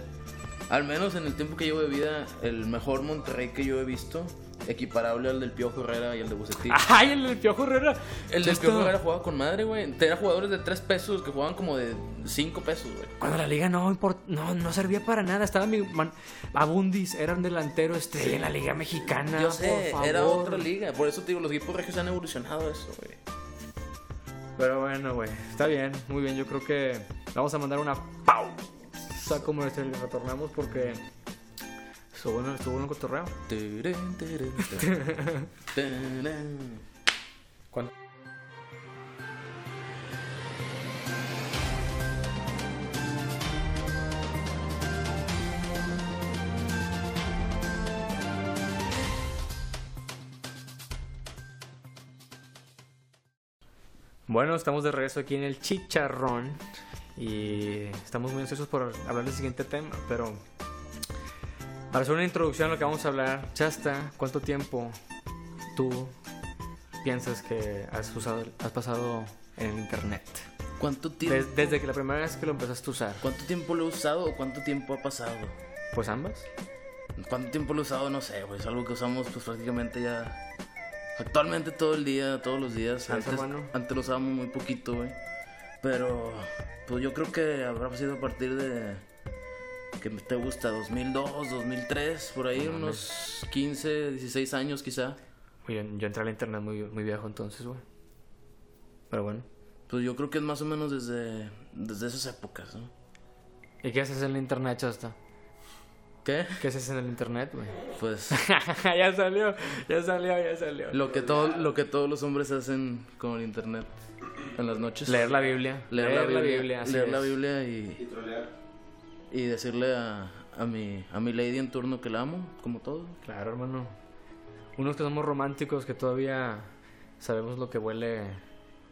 S2: al menos en el tiempo que llevo de vida, el mejor Monterrey que yo he visto. Equiparable al del Piojo Herrera y al de Bucetich.
S1: ¡Ay, el del Piojo Herrera!
S2: El del
S1: Ah, Justo.
S2: Piojo Herrera jugaba con madre, güey. Tenía jugadores de tres pesos que jugaban como de cinco pesos, güey.
S1: Cuando la liga no, import- no, no servía para nada, estaba mi man Abundis, era un delantero estrella en la liga mexicana.
S2: Yo sé,
S1: Ah, por
S2: era
S1: favor.
S2: otra liga. Por eso te digo, los equipos regios han evolucionado eso, güey.
S1: Pero bueno, güey, está bien, muy bien. Yo creo que vamos a mandar una pausa como este, le retornamos porque estuvo bueno, estuvo bueno el cotorreo.
S2: Terén, terén, terén. Terén.
S1: ¿Cuándo? Bueno, estamos de regreso aquí en el Chicharrón y estamos muy ansiosos por hablar del siguiente tema, pero para hacer una introducción a lo que vamos a hablar, Chasta, ¿cuánto tiempo tú piensas que has usado, has pasado en el internet?
S2: ¿Cuánto tiempo?
S1: Des- desde que la primera vez que lo empezaste a usar,
S2: ¿Cuánto tiempo lo he usado o cuánto tiempo ha pasado?
S1: pues ambas.
S2: ¿Cuánto tiempo lo he usado? No sé, güey. Es algo que usamos pues prácticamente ya... Actualmente todo el día, todos los días.
S1: Gracias,
S2: Antes,
S1: hermano.
S2: antes lo usábamos muy poquito, güey. Pero pues yo creo que habrá sido a partir de... Que me- te gusta 2002, 2003, por ahí unos 15, 16 años quizá.
S1: Muy bien, yo entré al internet muy, muy viejo entonces, güey. Pero bueno.
S2: Pues yo creo que es más o menos desde, desde esas épocas, ¿no?
S1: ¿Y qué haces en el internet, Chasta?
S2: ¿Qué?
S1: ¿Qué haces en el internet, güey?
S2: Pues
S1: ya salió, ya salió, ya salió.
S2: lo que, todo, lo que todos los hombres hacen con el internet en las noches.
S1: Leer la Biblia.
S2: leer, la Biblia,
S1: así
S2: leer la
S1: es.
S2: Biblia y,
S3: Y trolear.
S2: y decirle a, a mi a mi lady en turno que la amo, como todo.
S1: Claro, hermano. Unos que somos románticos que todavía sabemos lo que huele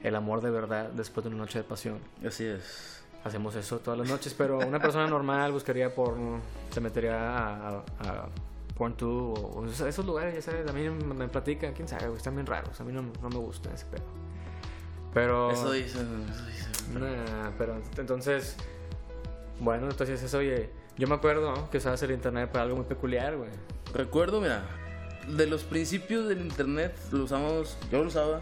S1: el amor de verdad después de una noche de pasión.
S2: Así es.
S1: Hacemos eso todas las noches, pero una persona normal buscaría porno, se metería a, a, a PornTube o o esos esos lugares, ya sabes, a mí me, me platican, quién sabe, güey, están bien raros, a mí no, no me gusta ese pedo. Pero...
S2: Eso dicen, eso dicen.
S1: Nah, pero ent- entonces, bueno, entonces eso, oye, yo me acuerdo que usabas el internet para algo muy peculiar, güey.
S2: Recuerdo, mira, de los principios del internet lo usamos, yo lo usaba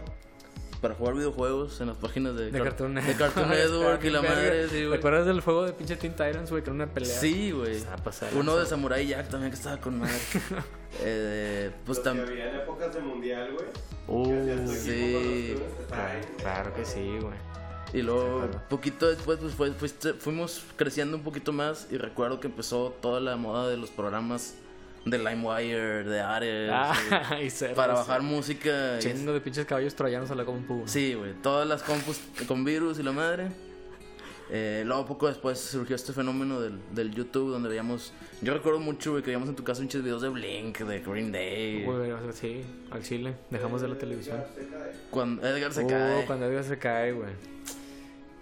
S2: para jugar videojuegos en las páginas de,
S1: De
S2: Car-
S1: Cartoon
S2: de Cartoon Network y la madre, sí,
S1: ¿Te
S2: güey.
S1: acuerdas del juego de pinche Teen Titans, güey? Que era una pelea. Ah, pues,
S2: Sí, güey.
S1: Está pasada
S2: Uno
S1: lanza.
S2: de Samurai Jack también que estaba con madre. eh, pues
S3: Los que
S2: también.
S3: había en épocas de mundial, güey.
S1: Uh,
S2: sí.
S1: Claro que sí, güey.
S2: Y luego,
S1: claro.
S2: poquito después, pues fue- fuiste- fuimos creciendo un poquito más. Y recuerdo que empezó toda la moda de los programas de LimeWire, de Ares. güey,
S1: Ah, y cerdos.
S2: para bajar música. y-
S1: Chingo de pinches caballos troyanos a la compu. güey.
S2: Sí, güey. Todas las compus con virus y la madre. Eh, luego poco después surgió este fenómeno del, del YouTube donde veíamos... Yo recuerdo mucho, güey, que veíamos en tu casa muchos videos de Blink, de Green Day.
S1: Güey, o sea, sí, al chile. Dejamos de la televisión.
S2: Cuando Edgar se
S1: Uh,
S2: cae.
S1: Cuando Edgar se cae, güey.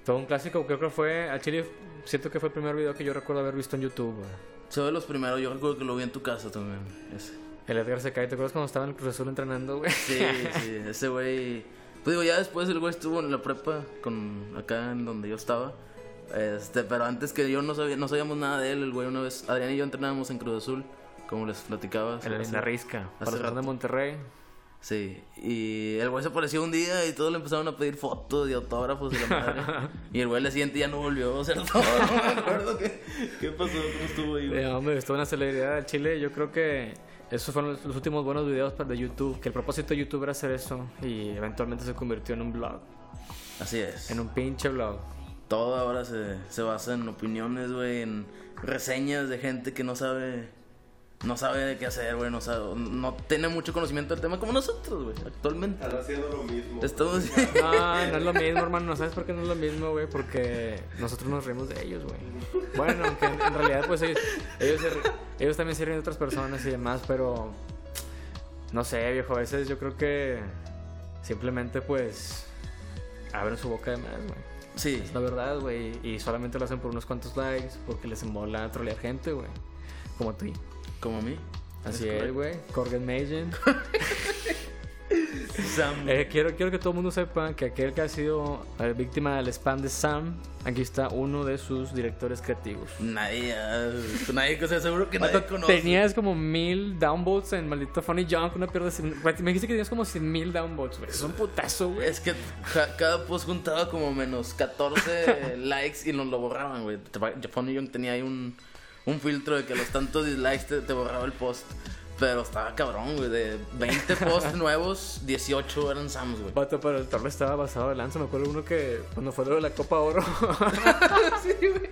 S1: Todo un clásico, creo que fue. Al chile, siento que fue el primer video que yo recuerdo haber visto en YouTube, güey.
S2: Soy de los primeros, yo recuerdo que lo vi en tu casa también. ese.
S1: El Edgar se cae. ¿Te acuerdas cuando estaba en el Cruz Azul entrenando, güey?
S2: Sí, sí, ese güey... Pues digo, ya después el güey estuvo en la prepa con acá en donde yo estaba. Este, pero antes que yo no, sabía, no sabíamos nada de él, el güey una vez... Adrián y yo entrenábamos en Cruz Azul, como les platicaba.
S1: En la, en
S2: hace-
S1: la risca. Para
S2: rato.
S1: de Monterrey.
S2: Sí, y el güey se apareció un día y todos le empezaron a pedir fotos y autógrafos y la madre. y el güey al siguiente ya no volvió a hacer autógrafo. No me acuerdo qué, qué pasó, cómo estuvo ahí, güey.
S1: Eh, hombre, estuvo una celebridad al chile. Yo creo que esos fueron los, los últimos buenos videos pa- de YouTube. Que el propósito de YouTube era hacer eso. Y eventualmente se convirtió en un blog.
S2: Así es.
S1: En un pinche blog.
S2: Todo ahora se, se basa en opiniones, güey, en reseñas de gente que no sabe. No sabe de qué hacer, güey, no sabe. No tiene mucho conocimiento del tema como nosotros, güey, actualmente.
S3: Están haciendo lo mismo.
S2: Estamos.
S1: No, no es lo mismo, hermano. ¿Sabes por qué no es lo mismo, güey? Porque nosotros nos reímos de ellos, güey. Bueno, aunque en, en realidad, pues ellos, ellos, se ri- ellos también se ríen de otras personas y demás, pero no sé, viejo. A veces yo creo que simplemente, pues, abren su boca de más, güey.
S2: Sí,
S1: Es la verdad, güey. Y solamente lo hacen por unos cuantos likes porque les embola trolear gente, güey. Como tú.
S2: como a mí.
S1: Así es, güey. Corgan Magen.
S2: Sam.
S1: Eh, quiero, quiero que todo el mundo sepa que aquel que ha sido eh, víctima del spam de Sam, aquí está uno de sus directores creativos.
S2: Nadie, ah, nadie, o sea, seguro que nadie
S1: Vato,
S2: conoce.
S1: Tenías como mil downvotes en maldito Funny Junk, una pierda sin... Me dijiste que tenías como 100 mil downvotes, güey. Es un putazo, güey.
S2: Es que ja- cada post juntaba como menos 14 likes y nos lo borraban, güey. Te va- Funny Young tenía ahí un, un filtro de que los tantos dislikes te, te borraba el post. Pero estaba cabrón, güey. De 20 posts nuevos, 18 eran Sams, güey.
S1: Vato, pero el torneo estaba basado de lanza. Me acuerdo uno que cuando fue lo de la Copa Oro. sí, güey.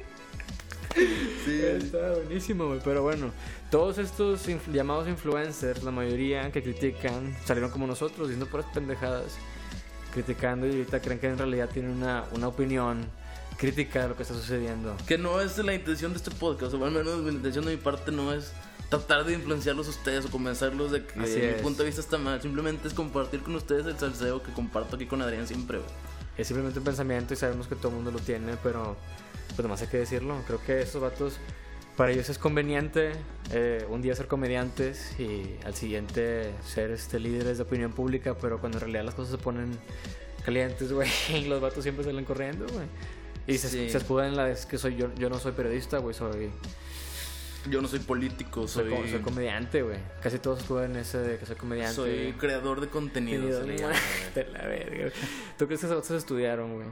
S2: Sí.
S1: Está buenísimo, güey. Pero bueno, todos estos inf- llamados influencers, la mayoría que critican, salieron como nosotros, diciendo puras pendejadas, criticando y ahorita creen que en realidad tienen una, una opinión crítica de lo que está sucediendo.
S2: Que no es la intención de este podcast, o al menos mi intención de mi parte no es tratar de influenciarlos a ustedes o convencerlos de que
S1: Así
S2: mi
S1: es.
S2: punto de vista está mal. Simplemente es compartir con ustedes el salseo que comparto aquí con Adrián siempre, güey.
S1: Es simplemente un pensamiento y sabemos que todo el mundo lo tiene, pero pues nomás hay que decirlo. Creo que esos vatos, para ellos es conveniente eh, un día ser comediantes y al siguiente ser este, líderes de opinión pública, pero cuando en realidad las cosas se ponen calientes, güey, los vatos siempre salen corriendo, güey. Y se,
S2: Sí.
S1: se escudan en la de que soy yo, yo no soy periodista, güey, soy,
S2: Yo no soy político,
S1: soy,
S2: soy...
S1: co- soy comediante, güey. Casi todos escudan en ese de que soy comediante.
S2: Soy creador de contenido.
S1: Contenido,
S2: se le
S1: ¿no?
S2: llama, güey.
S1: De la verga, güey. ¿Tú crees que esos vatos estudiaron, güey?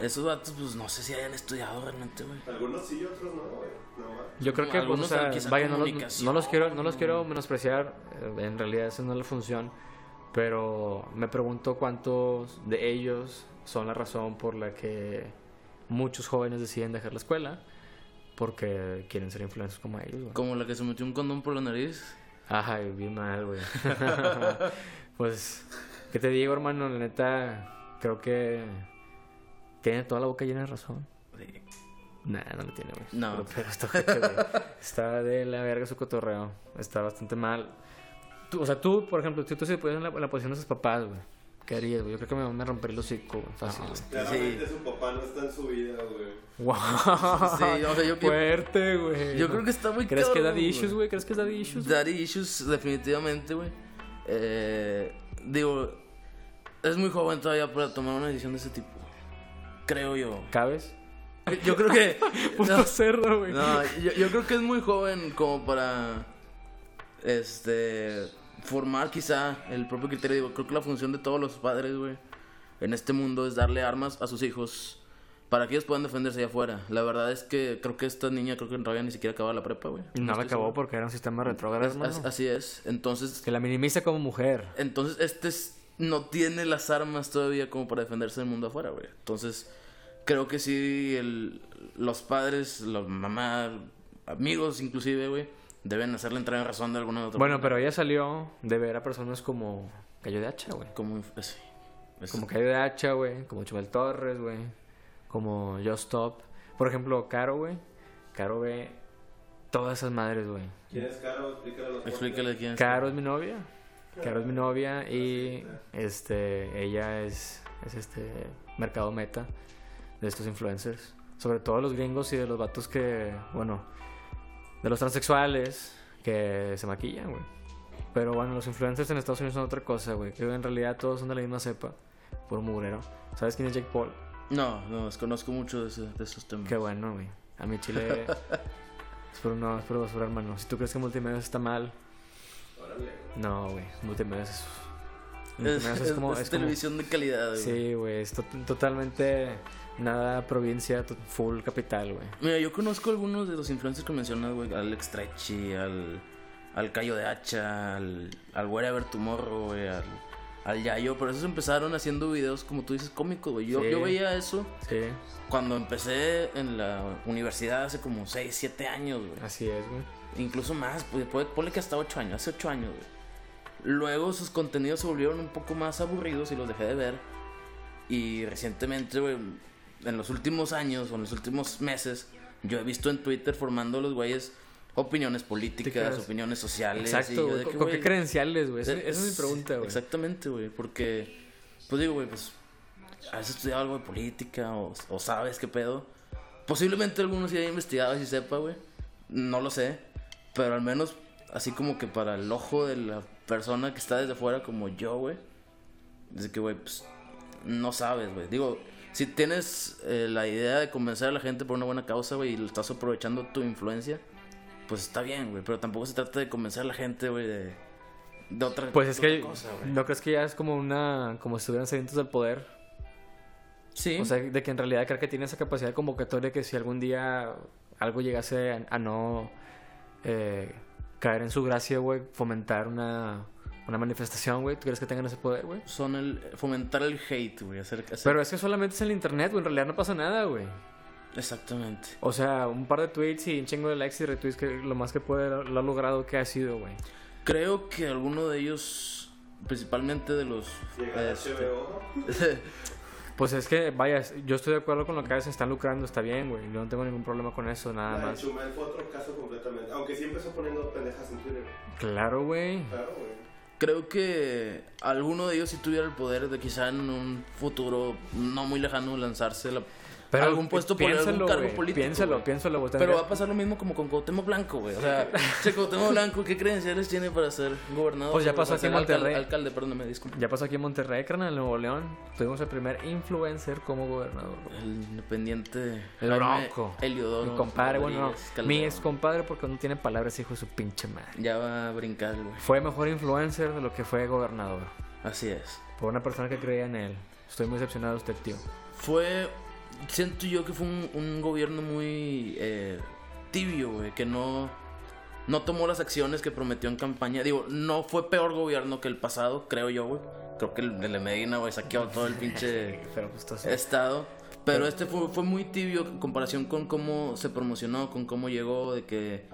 S2: Esos datos, pues no sé si hayan estudiado realmente, güey.
S3: Algunos sí, otros no, güey. No más.
S1: Yo creo que, pues, o
S2: Algunos
S1: sea,
S2: quizá
S1: vaya, no los,
S2: comunicación,
S1: no los quiero, no los
S2: ¿no?
S1: quiero menospreciar, eh, en realidad esa no es la función, pero me pregunto cuántos de ellos son la razón por la que muchos jóvenes deciden dejar la escuela porque quieren ser influencers como ellos, güey.
S2: Como la que se metió un condón por la nariz.
S1: Ajá, bien mal, güey. pues, ¿qué te digo, hermano? La neta, creo que tiene toda la boca llena de razón. Nah, no lo tiene, güey.
S2: No.
S1: Pero, pero está, ojete, güey. Está de la verga su cotorreo. Está bastante mal. Tú- o sea, tú, por ejemplo, si tú se pusieras en la, en la posición de sus papás, güey. ¿Qué harías, güey? Yo creo que me, me rompería el hocico, güey. Fácil.
S3: Claramente su papá no está en su vida, güey.
S1: Wow.
S2: Sí, o sea, yo-
S1: Fuerte, güey.
S2: Yo creo que está muy
S1: ¿Crees que
S2: cabrón,
S1: daddy
S2: güey.
S1: issues, güey? ¿Crees que daddy issues? güey?
S2: Daddy issues, definitivamente, güey. Eh, digo, es muy joven todavía para tomar una decisión de ese tipo. Creo yo.
S1: ¿Cabes?
S2: Yo creo que.
S1: Puto
S2: no,
S1: cerdo, güey.
S2: no, yo, yo creo que es muy joven como para. Este. Formar quizá el propio criterio. Digo, creo que la función de todos los padres, güey. en este mundo es darle armas a sus hijos para que ellos puedan defenderse allá afuera. La verdad es que creo que esta niña creo que en realidad ni siquiera acaba la prepa, güey.
S1: No la
S2: estoy
S1: acabó
S2: seguro.
S1: porque era un sistema retrógrado, hermano.
S2: As- Así es. Entonces,
S1: Que la minimiza como mujer.
S2: entonces este es- no tiene las armas todavía como para defenderse del mundo afuera, güey. Entonces, creo que sí el- los padres, la mamá, amigos inclusive, güey, deben hacerle entrar en razón de alguna u otra
S1: Bueno,
S2: manera.
S1: pero ella salió de ver a personas como Cayo de Hacha, güey.
S2: como así. Es-
S1: Como Cayo de Hacha, güey. Como Chumel Torres, güey. Como Just Stop. Por ejemplo, Caro, güey. Caro ve todas esas madres, güey.
S3: ¿Quién es Caro? Explícale a los
S2: explícale quién es.
S1: Caro es mi novia. Caro es mi novia y este ella es, es este mercado meta de estos influencers. Sobre todo los gringos y de los vatos que, bueno, de los transexuales que se maquillan, güey. Pero bueno, los influencers en Estados Unidos son otra cosa, güey. Que en realidad todos son de la misma cepa, por murero. ¿Sabes quién es Jake Paul?
S2: No, no, desconozco mucho de, ese- de esos temas.
S1: Qué bueno, güey. A mi chile. es por no, es por basura, hermano. Si tú crees que multimedia está mal,
S3: Órale.
S1: no, güey. Multimedia es.
S2: Es,
S1: multimedia
S2: es- es televisión de calidad, güey.
S1: Sí, güey, es to- totalmente nada provincia, to- full capital, güey.
S2: Mira, yo conozco algunos de los influencers que mencionas, güey. Al Extrachi, al, al Cayo de Hacha, al, al Wherever Tomorrow, güey, al, al Yayo. Pero esos empezaron haciendo videos, como tú dices, cómicos, güey. Yo,
S1: Sí.
S2: yo veía eso
S1: Sí,
S2: cuando empecé en la universidad hace como 6, 7 años, güey.
S1: así es, güey.
S2: Incluso más, pues, puede- ponle que hasta 8 años, hace 8 años, güey. Luego sus contenidos se volvieron un poco más aburridos y los dejé de ver. Y recientemente, güey, en los últimos años o en los últimos meses, yo he visto en Twitter formando los güeyes opiniones políticas,
S1: Ticas.
S2: opiniones sociales. y
S1: Exacto,
S2: yo
S1: güey.
S2: de
S1: ¿Con,
S2: que,
S1: con
S2: güey,
S1: qué credenciales, güey? Esa
S2: es-
S1: esa es mi pregunta, güey.
S2: Exactamente, güey, porque, pues digo, güey, pues, has estudiado algo de política o, o sabes qué pedo. Posiblemente algunos sí haya investigado y sepa, güey. No lo sé, pero al menos así como que para el ojo de la persona que está desde fuera como yo, güey. Dice que, güey, pues, no sabes, güey. Digo, si tienes eh, la idea de convencer a la gente por una buena causa, güey, y lo estás aprovechando tu influencia, pues está bien, güey. Pero tampoco se trata de convencer a la gente, güey, de, de otra
S1: Pues es
S2: de otra
S1: que,
S2: cosa, güey.
S1: ¿no crees que ya es como una, como si estuvieran sedientos del poder?
S2: Sí.
S1: O sea, de que en realidad creo que tiene esa capacidad convocatoria que si algún día algo llegase a, a no eh, caer en su gracia, güey, fomentar una, una manifestación, güey, ¿tú crees que tengan ese poder, güey?
S2: son el fomentar el hate, güey, hacer, hacer-
S1: Pero es que solamente es en el internet, güey, en realidad no pasa nada, güey.
S2: exactamente.
S1: O sea, un par de tweets y un chingo de likes y retweets que lo más que puede lo, lo ha logrado que ha sido, güey.
S2: Creo que alguno de ellos principalmente de los
S3: Llega
S2: este,
S3: HBO.
S1: Pues es que, vaya, yo estoy de acuerdo con lo que hacen, están lucrando, está bien, güey. Yo no tengo ningún problema con eso, nada
S3: La de
S1: más.
S3: Chumel fue otro caso completamente. Aunque sí empezó poniendo pendejas en Twitter.
S1: Claro, güey.
S3: Claro, güey.
S2: creo que alguno de ellos si tuviera el poder de quizá en un futuro no muy lejano lanzarse la-
S1: Pero
S2: algún puesto por algún
S1: piénsalo,
S2: cargo
S1: güey,
S2: político.
S1: Piénsalo,
S2: güey.
S1: piénsalo, güey.
S2: Pero
S1: Tendría-
S2: va a pasar lo mismo como con Cuauhtémoc Blanco, güey. O sea, che, Cuauhtémoc Blanco, ¿qué credenciales tiene para ser gobernador?
S1: Pues ya
S2: Para
S1: pasó aquí
S2: ser
S1: en
S2: alcal-
S1: Monterrey.
S2: Alcalde, perdón, me disculpo.
S1: Ya pasó aquí en Monterrey, carnal, en Nuevo León. Tuvimos el primer influencer como gobernador, güey.
S2: El independiente.
S1: El
S2: Jaime
S1: Bronco.
S2: Eliodoro.
S1: Mi compadre, bueno,
S2: Rodríguez
S1: no.
S2: Calderón.
S1: Mi ex compadre porque no tiene palabras, hijo de su pinche madre.
S2: Ya va a brincar, güey.
S1: Fue mejor influencer de lo que fue gobernador.
S2: Así es.
S1: Por una persona que creía en él. Estoy muy decepcionado de usted, tío.
S2: Fue. Siento yo que fue un, un gobierno muy eh, tibio, güey. Que no. No tomó las acciones que prometió en campaña. Digo, no fue peor gobierno que el pasado, creo yo, güey. Creo que el de la Medina, güey, saqueó todo el pinche
S1: Pero pues todo-
S2: estado. Pero este fue, fue muy tibio en comparación con cómo se promocionó, con cómo llegó, de que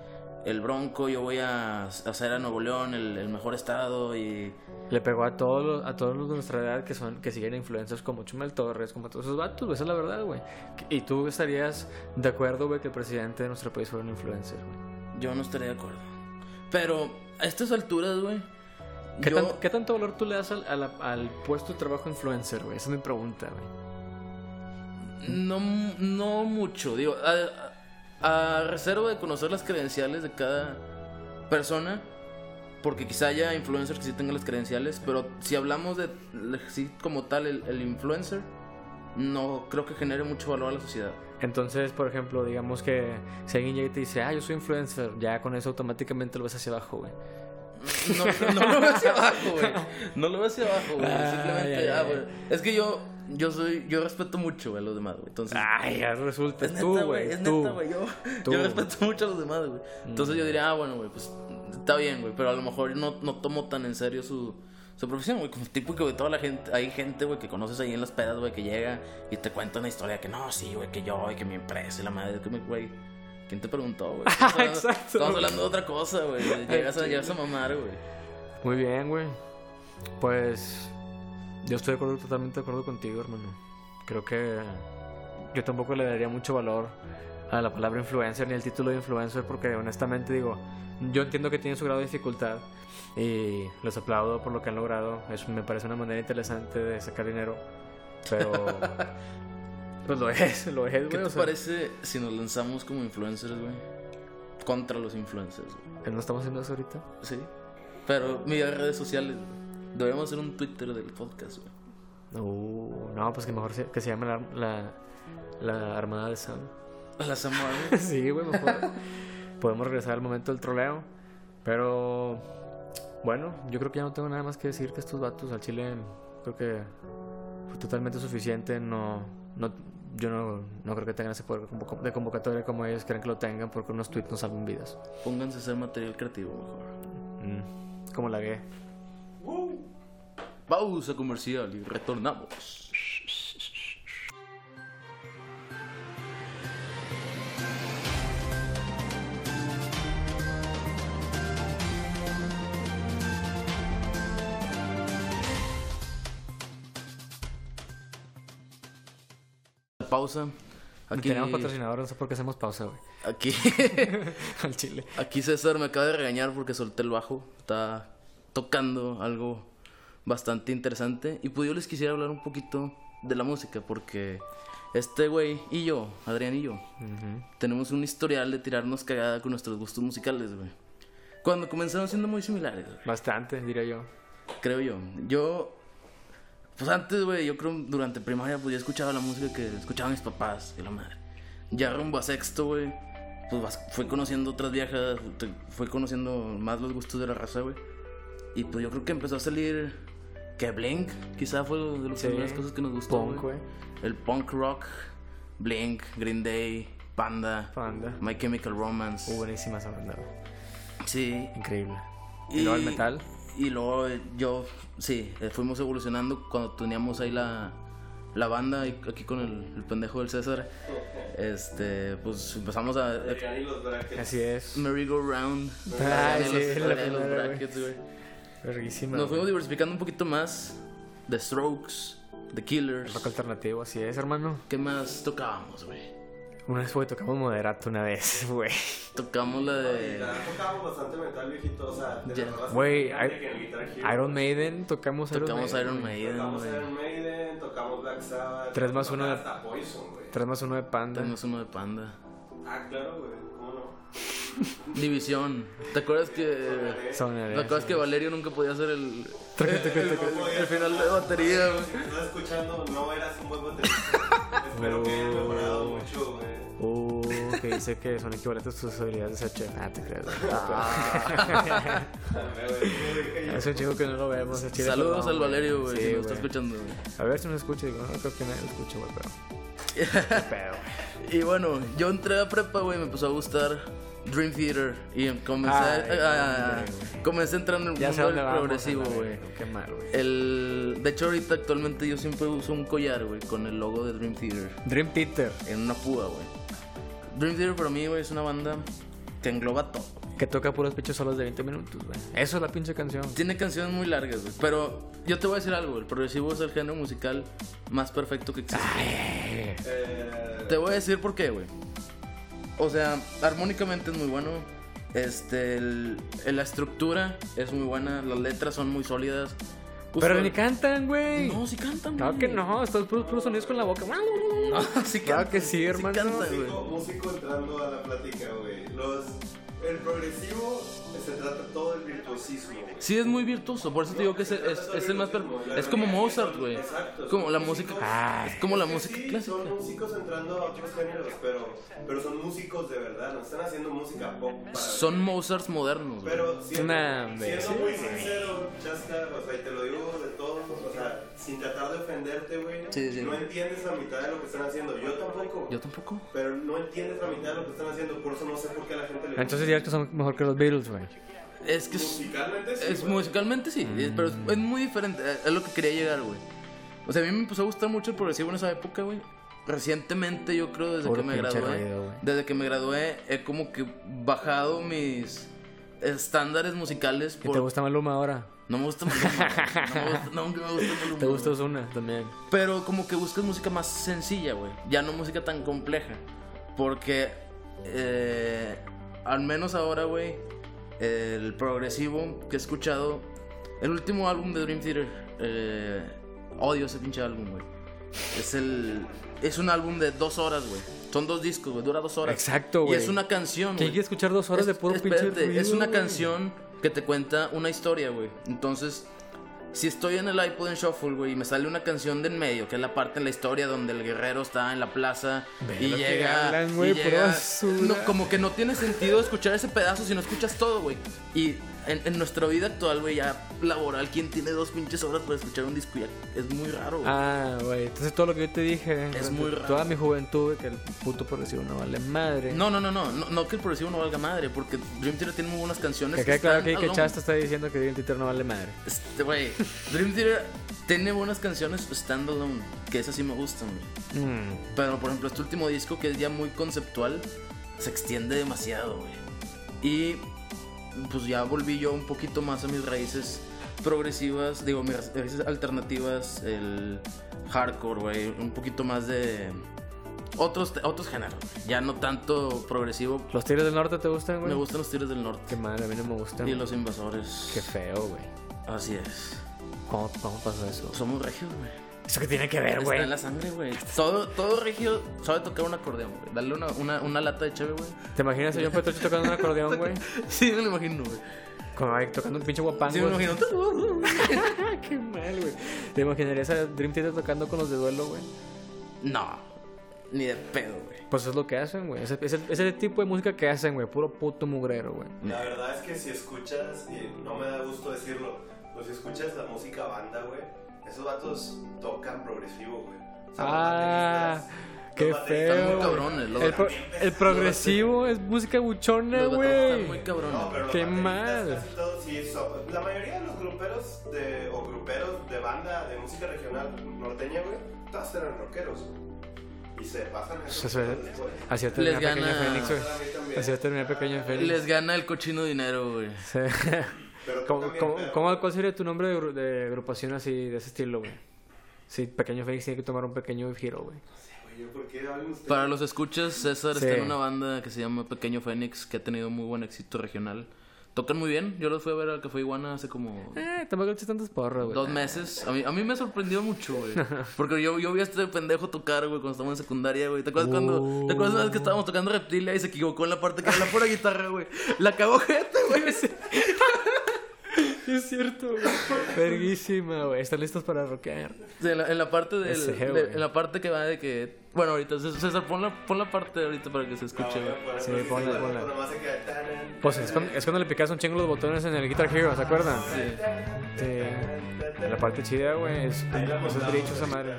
S2: el Bronco, yo voy a hacer a Nuevo León el, el mejor estado y
S1: Le pegó a todos los, a todos los de nuestra edad que son que siguen influencers como Chumel Torres, como todos esos vatos, güey, esa es la verdad, güey. Y tú estarías de acuerdo, güey, que el presidente de nuestro país fuera un influencer, güey.
S2: Yo no estaría de acuerdo. Pero a estas alturas, güey.
S1: ¿Qué,
S2: yo-
S1: tan- qué tanto valor tú le das al, a la- al puesto de trabajo influencer, güey? Esa es mi pregunta, güey.
S2: No, no mucho. Digo, a, a- a reserva de conocer las credenciales de cada persona. Porque quizá haya influencers que sí tengan las credenciales. Pero si hablamos de, de- sí, como tal el, el influencer, no creo que genere mucho valor a la sociedad.
S1: Entonces, por ejemplo, digamos que si alguien llega y te dice, ah, yo soy influencer, ya con eso automáticamente lo ves hacia abajo, güey.
S2: No, no lo veo hacia abajo, güey. No lo veo hacia abajo, güey.
S1: Ah,
S2: Simplemente,
S1: ya, ya,
S2: ah, güey. Es que yo yo soy, yo respeto mucho a los demás, güey. Entonces,
S1: Ay, ya resulta.
S2: es
S1: tú,
S2: neta,
S1: güey.
S2: güey, es
S1: tú.
S2: neta, güey. Yo,
S1: tú. Mm.
S2: yo respeto mucho a los demás, güey. Entonces yo diría, ah, bueno, güey, pues está bien, güey, pero a lo mejor no, no tomo tan en serio su, su profesión, güey. Como típico, güey, toda la gente, hay gente, güey, que conoces ahí en las pedas, güey, que llega y te cuenta una historia que no, sí, güey, que yo, y que mi empresa y la madre, que me, güey. ¿Quién te preguntó, güey? Estamos hablando-
S1: Exacto.
S2: Estamos hablando de otra cosa, güey. Llegas a, llegas a mamar, güey.
S1: Muy bien, güey. Pues yo estoy de acuerdo- totalmente de acuerdo contigo, hermano. Creo que yo tampoco le daría mucho valor a la palabra influencer ni al título de influencer porque honestamente digo, yo entiendo que tiene su grado de dificultad y los aplaudo por lo que han logrado. Es, me parece una manera interesante de sacar dinero, pero pues lo es, lo es, güey.
S2: ¿Qué
S1: o
S2: te
S1: sea,
S2: parece si nos lanzamos como influencers, güey? Contra los influencers, güey.
S1: que no estamos haciendo eso ahorita.
S2: Sí. Pero mira redes sociales. güey. Deberíamos hacer un Twitter del podcast, güey.
S1: No, no, pues que mejor se- que se llame la, la, la Armada de Sam.
S2: A la Samoa, güey.
S1: Sí, güey, mejor. podemos regresar al momento del troleo. Pero bueno, yo creo que ya no tengo nada más que decir que estos vatos al Chile creo que fue totalmente suficiente. No, no, yo no, no creo que tengan ese poder convoc- de convocatoria como ellos creen que lo tengan porque unos tweets no salvan vidas.
S2: Pónganse a hacer material creativo mejor.
S1: Mm, como la gay.
S2: Pausa comercial y retornamos. Pausa. Aquí,
S1: Tenemos patrocinador, no sé por qué hacemos pausa, güey.
S2: aquí,
S1: Al Chile.
S2: aquí César me acaba de regañar porque solté el bajo. Está tocando algo bastante interesante. Y pues yo les quisiera hablar un poquito de la música porque este güey y yo, Adrián y yo, tenemos un historial de tirarnos cagada con nuestros gustos musicales, güey. Cuando comenzaron siendo muy similares, güey.
S1: Bastante, diría yo.
S2: Creo yo. Yo. Pues antes, güey, yo creo durante primaria, pues yo escuchaba la música que escuchaban mis papás y la madre. Ya rumbo a sexto, güey. Pues vas- fui conociendo otras viejas, te- fui conociendo más los gustos de la raza, güey. Y pues yo creo que empezó a salir. Que Blink, quizá fue lo- de las
S1: Sí.
S2: primeras cosas que nos gustó.
S1: Punk, güey.
S2: güey. El punk rock, Blink, Green Day, Panda,
S1: Panda.
S2: My Chemical Romance.
S1: Uh, buenísima esa banda, güey.
S2: Sí,
S1: Increíble. Y luego el metal.
S2: y luego eh, yo, sí, eh, fuimos evolucionando cuando teníamos ahí la, la banda, y aquí con el, el pendejo del César. Este, pues empezamos a.
S3: Adrián y los brackets.
S1: Así es.
S2: Merry Go Round.
S1: Ay,
S2: Los-
S1: Ah, sí, la
S2: los
S1: primera,
S2: brackets, güey.
S1: Verguísima.
S2: Nos
S1: güey.
S2: fuimos diversificando un poquito más. The Strokes, The Killers.
S1: Rock alternativo, así es, hermano.
S2: ¿Qué más tocábamos, güey?
S1: Una vez, güey, tocamos moderato una vez, güey.
S2: Tocamos la
S3: Oye, la
S2: de.
S3: verdad tocábamos bastante metal, viejito. O sea, de
S2: Ya.
S3: la raza
S1: Güey,
S3: que
S1: I-
S3: que en Guitar Hero,
S1: Iron Maiden, tocamos Iron
S2: Tocamos
S1: Maiden.
S2: Iron
S1: güey.
S2: Maiden,
S3: Tocamos
S2: güey.
S3: Iron Maiden, tocamos Black Sabbath.
S1: Tres más uno de-
S3: tocamos Hasta Poison, güey.
S1: Tres más uno de Panda.
S2: Tenemos uno de Panda.
S3: Ah, claro, güey. ¿Cómo no?
S2: División. ¿Te acuerdas que.?
S1: Son
S2: La cosa es que Valerio nunca podía hacer el, el final de batería, güey.
S3: Si me estás escuchando, no eras un buen baterista. Espero que hayas mejorado mucho, güey.
S1: Uh, que dice que son equivalentes sus habilidades de Sacha. Ah, te crees. güey.
S2: Ah.
S1: es un chico que no lo vemos. el chile,
S2: Saludos
S1: no,
S2: al
S1: güey.
S2: Valerio, güey,
S1: Sí,
S2: si nos está
S1: güey.
S2: escuchando, güey.
S1: A ver si nos escucha. Digo, no creo que nadie lo escuche, güey, pero. Qué pedo, güey.
S2: Y bueno, yo entré a prepa, güey, me empezó a gustar Dream Theater y comencé,
S1: Ay,
S2: a, a-
S1: hombre, güey.
S2: comencé a entrar en el
S1: Ya sé
S2: mundo
S1: dónde
S2: del
S1: vamos,
S2: progresivo,
S1: a la
S2: güey.
S1: verga, Qué mal, güey.
S2: El, de hecho, ahorita actualmente yo siempre uso un collar, güey, con el logo de Dream Theater
S1: Dream Theater.
S2: en una púa, güey. Dream Theater para mí, güey, es una banda que engloba todo.
S1: Que toca puros pechos solos de 20 minutos, güey. Eso es la pinche canción.
S2: Tiene canciones muy largas, güey. Pero yo te voy a decir algo, el progresivo es el género musical más perfecto que existe.
S3: Eh,
S2: Te voy a decir por qué, güey. O sea, armónicamente es muy bueno. Este, el- el- la estructura es muy buena. Las letras son muy sólidas.
S1: Pero ni
S2: Usual-
S1: cantan, güey.
S2: No, sí cantan.
S1: Claro
S2: güey.
S1: que no, estos puros, puros sonidos con la boca.
S2: No, sí
S1: Claro
S2: cantan,
S1: que sí, hermano.
S2: cantan, güey.
S3: músico, músico entrando a la plática, güey. Los, el progresivo se pues, trata todo del virtuoso virtuosismo, güey.
S2: Sí, es muy virtuoso, por eso te digo que es, es- es el más... per- Es como Mozart, güey.
S3: Exacto.
S2: Como la música...
S3: Ah.
S2: es como la
S3: Es que
S2: música
S3: sí,
S2: clásica.
S3: Son músicos entrando a otros géneros, pero, pero son músicos de verdad, no están haciendo música pop. Para...
S2: Son Mozarts modernos, güey.
S3: Pero siendo,
S1: Nah, hombre.
S3: siendo muy sincero, Chasca, o sea, y te lo digo de todo, o sea, sin tratar de ofenderte, güey,
S2: Sí, sí.
S3: no entiendes la mitad de lo que están haciendo. Yo tampoco.
S2: Yo tampoco.
S3: Pero no entiendes la mitad de lo que están haciendo, por eso no sé por qué a la gente le
S1: Entonces dirás que son mejor que los Beatles, güey.
S2: Es que es,
S3: musicalmente sí,
S2: es
S3: güey.
S2: musicalmente sí, es- pero es, es muy diferente. Es lo que quería llegar, güey. O sea, a mí me empezó a gustar mucho el progresivo en esa época, güey. Recientemente, yo creo, desde
S1: Puro
S2: que me
S1: pinche
S2: gradué.
S1: ruido, güey.
S2: desde que me gradué, he como que bajado mis estándares musicales.
S1: ¿Y te gusta Maluma ahora?
S2: No me gusta Maluma. güey. No me gusta, nunca me gusta Maluma,
S1: ¿Te gusta
S2: güey.
S1: Ozuna también?
S2: Pero como que buscas música más sencilla, güey. Ya no música tan compleja. Porque eh, al menos ahora, güey, el progresivo que he escuchado, el último álbum de Dream Theater, eh, odio ese pinche álbum, güey. Es el es un álbum de dos horas, güey. Son dos discos, güey. Dura dos horas.
S1: Exacto,
S2: Y
S1: güey.
S2: es una canción,
S1: ¿Quién
S2: güey.
S1: quiere escuchar dos horas de
S2: Es-
S1: puro
S2: espérate,
S1: pinche ruido,
S2: Es una
S1: güey?
S2: canción que te cuenta una historia, güey. Entonces, si estoy en el iPod en Shuffle, güey, y me sale una canción de en medio, que es la parte en la historia donde el guerrero está en la plaza y
S1: lo que
S2: llega.
S1: hablan,
S2: y
S1: güey, pura
S2: llega-
S1: basura.
S2: no, como que no tiene sentido escuchar ese pedazo si no escuchas todo, güey. Y en, en nuestra vida actual, güey, ya laboral, ¿quién tiene dos pinches horas para escuchar un disco? Ya es muy raro, güey.
S1: Ah, güey. Entonces todo lo que yo te dije.
S2: Es
S1: durante
S2: muy
S1: Toda
S2: raro.
S1: mi juventud, que el puto progresivo no vale madre.
S2: No, no, no, no, no, no que el progresivo no valga madre, porque Dream Theater tiene muy buenas canciones.
S1: Que quede claro
S2: están
S1: aquí que
S2: alone.
S1: Chasta está diciendo que Dream Theater no vale madre.
S2: Este, güey, Dream Theater tiene buenas canciones standalone, que esas sí me gustan, güey.
S1: Mm.
S2: Pero por ejemplo, este último disco, que es ya muy conceptual, se extiende demasiado, güey. Y pues ya volví yo un poquito más a mis raíces progresivas, digo, mis raíces alternativas, el hardcore, güey, un poquito más de otros, otros géneros, güey. ya no tanto progresivo.
S1: ¿Los Tigres del Norte te gustan, güey?
S2: Me gustan los Tigres del Norte
S1: Qué madre, a mí no me gustan.
S2: y los invasores.
S1: Qué feo, güey.
S2: Así es.
S1: ¿Cómo, ¿Cómo pasó eso?
S2: Somos regios, güey.
S1: ¿Eso qué tiene que ver, güey?
S2: Está en la sangre, güey. Todo, todo regio sabe tocar un acordeón, güey. Dale una, una, una lata de cheve, güey.
S1: ¿Te imaginas a John Petrucci tocando un acordeón, güey?
S2: Sí, me lo imagino, güey.
S1: Como ahí tocando un pinche guapango.
S2: Sí, me lo imagino.
S1: Qué mal, güey. ¿Te imaginarías a Dream Theater tocando con los de duelo, güey?
S2: No, ni de pedo, güey.
S1: Pues es lo que hacen, güey. Ese, ese, ese tipo de música que hacen, güey. Puro puto mugrero, güey.
S3: La verdad es que si escuchas, y no me da gusto decirlo, pero si escuchas la música banda, güey, esos vatos tocan progresivo, güey. O sea, los
S1: Ah,
S3: bateristas-
S1: qué
S3: los bateristas
S1: feo,
S2: Están
S1: güey.
S2: muy
S3: tocan-
S2: cabrones, los
S1: El, pro- el progresivo es música buchona,
S2: Los vatos están muy
S1: güey.
S3: No, pero
S2: cabrones.
S3: los
S1: Qué
S3: bateristas
S1: mal.
S3: casi todos sí son- la mayoría de los gruperos de, o gruperos de banda de música regional norteña, güey, todos eran rockeros. Y se pasan el
S1: Se- se-
S3: después.
S1: Así va a
S2: Les
S1: terminar Pequeño
S2: gana-
S1: Fénix,
S3: A mí
S1: güey.
S3: también.
S1: Así va a terminar Pequeño Fénix.
S2: Les gana el cochino dinero, güey.
S1: Sí.
S3: Pero
S1: ¿Cómo,
S3: tocan
S1: cómo-
S3: bien, pero-
S1: cómo- cuál sería tu nombre de, gru- de agrupación así, de ese estilo, güey? Sí, Pequeño Fénix tiene que tomar un pequeño giro, güey.
S3: Güey, ¿yo por qué hablan ustedes?
S2: Para los escuchas, César
S1: Sí.
S2: está en una banda que se llama Pequeño Fénix, que ha tenido muy buen éxito regional. Tocan muy bien. Yo los fui a ver al Café Iguana hace como
S1: Eh, tampoco le eches tantas porras, güey.
S2: Dos meses. A mí, a mí me sorprendió mucho, güey. Porque yo, yo vi a este pendejo tocar, güey, cuando estábamos en secundaria, güey. ¿Te acuerdas cuando? ¿Te acuerdas una vez que estábamos tocando Reptilia y se equivocó en la parte que era la pura guitarra, güey? La cagó gente, güey.
S1: Sí, es cierto, güey. Verguísima, güey. ¿Están listos para rockear?
S2: Sí, en, la, en la parte del-
S1: Ese,
S2: de-
S1: güey.
S2: en la parte que va de que. Bueno, ahorita, Cés- César, pon la, pon la parte ahorita para que se escuche,
S3: No,
S2: güey.
S3: güey, por
S1: Sí,
S3: eso
S1: ponla,
S3: se-
S1: ponla.
S3: pero nomás se queda tan-
S1: Pues es cuando, es cuando le picas un chingo los botones en el Guitar Hero, ¿se acuerdan? Sí. La parte chida, güey, es, eso es derecho esa madre.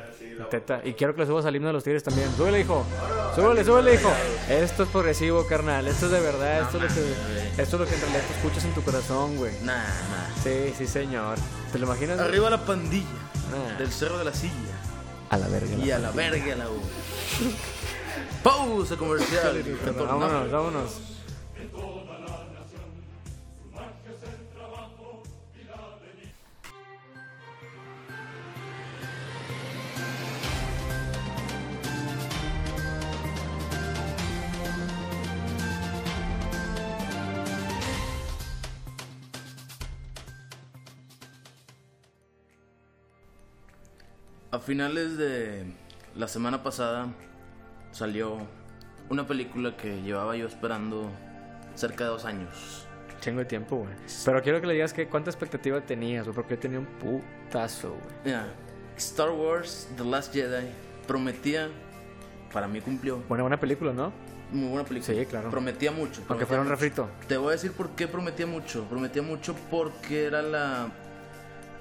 S1: Teta. Y quiero que le subas al himno de los tigres también. Súbele, hijo. Súbele, súbele, hijo. Esto es progresivo, carnal. Esto es de verdad. Esto es lo que, esto es lo que en realidad tú escuchas en tu corazón, güey.
S2: Nah, nah.
S1: Sí, sí, señor. ¿Te lo imaginas? güey?
S2: Arriba la pandilla
S1: Ah.
S2: del cerro de la silla.
S1: A la verga.
S2: Y a la verga la U. Pausa comercial.
S1: Vámonos, vámonos.
S2: A finales de la semana pasada salió una película que llevaba yo esperando cerca de dos años.
S1: chingo de tiempo, güey. Pero quiero que le digas que cuánta expectativa tenías, güey, porque yo tenía un putazo, güey.
S2: Mira, Star Wars The Last Jedi prometía, para mí cumplió.
S1: Buena, buena película, ¿no?
S2: Muy buena película.
S1: Sí, claro.
S2: Prometía mucho.
S1: Aunque
S2: prometía
S1: fuera un
S2: mucho.
S1: refrito.
S2: Te voy a decir por qué prometía mucho. Prometía mucho porque era la.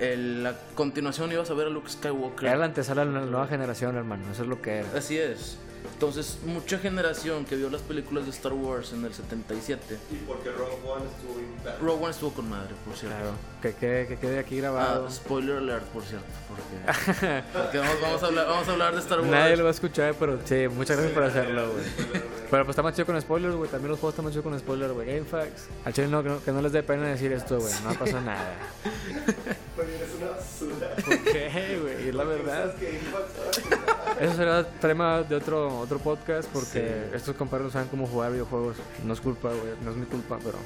S2: el- la continuación ibas a ver a Luke Skywalker.
S1: Era la antesala de la nueva generación, hermano. Eso es lo que era.
S2: Así es. Entonces, mucha generación que vio las películas de Star Wars en el 77.
S3: Y porque Rogue One estuvo bien perro.
S2: Rogue One estuvo con madre, por cierto.
S1: Claro. Que quede, que quede aquí
S2: Ah,
S1: grabado.
S2: spoiler alert, por cierto. Porque, porque vamos, vamos a hablar, vamos a hablar de Star Wars.
S1: Nadie lo va a escuchar, pero sí, muchas gracias por hacerlo, güey. Pero pues está más chido con spoilers, güey. También los juegos están más chidos con spoilers, güey. Gamefax. Al chile no, que no, que no les dé pena decir esto, güey. No pasa nada.
S3: Pero eres una basura.
S1: ¿Por qué, güey? Es la verdad.
S3: ¿Sabes qué? Impactante.
S1: Eso será tema de otro, otro podcast porque estos compadres no saben cómo jugar videojuegos. No es culpa, güey. No es mi culpa, pero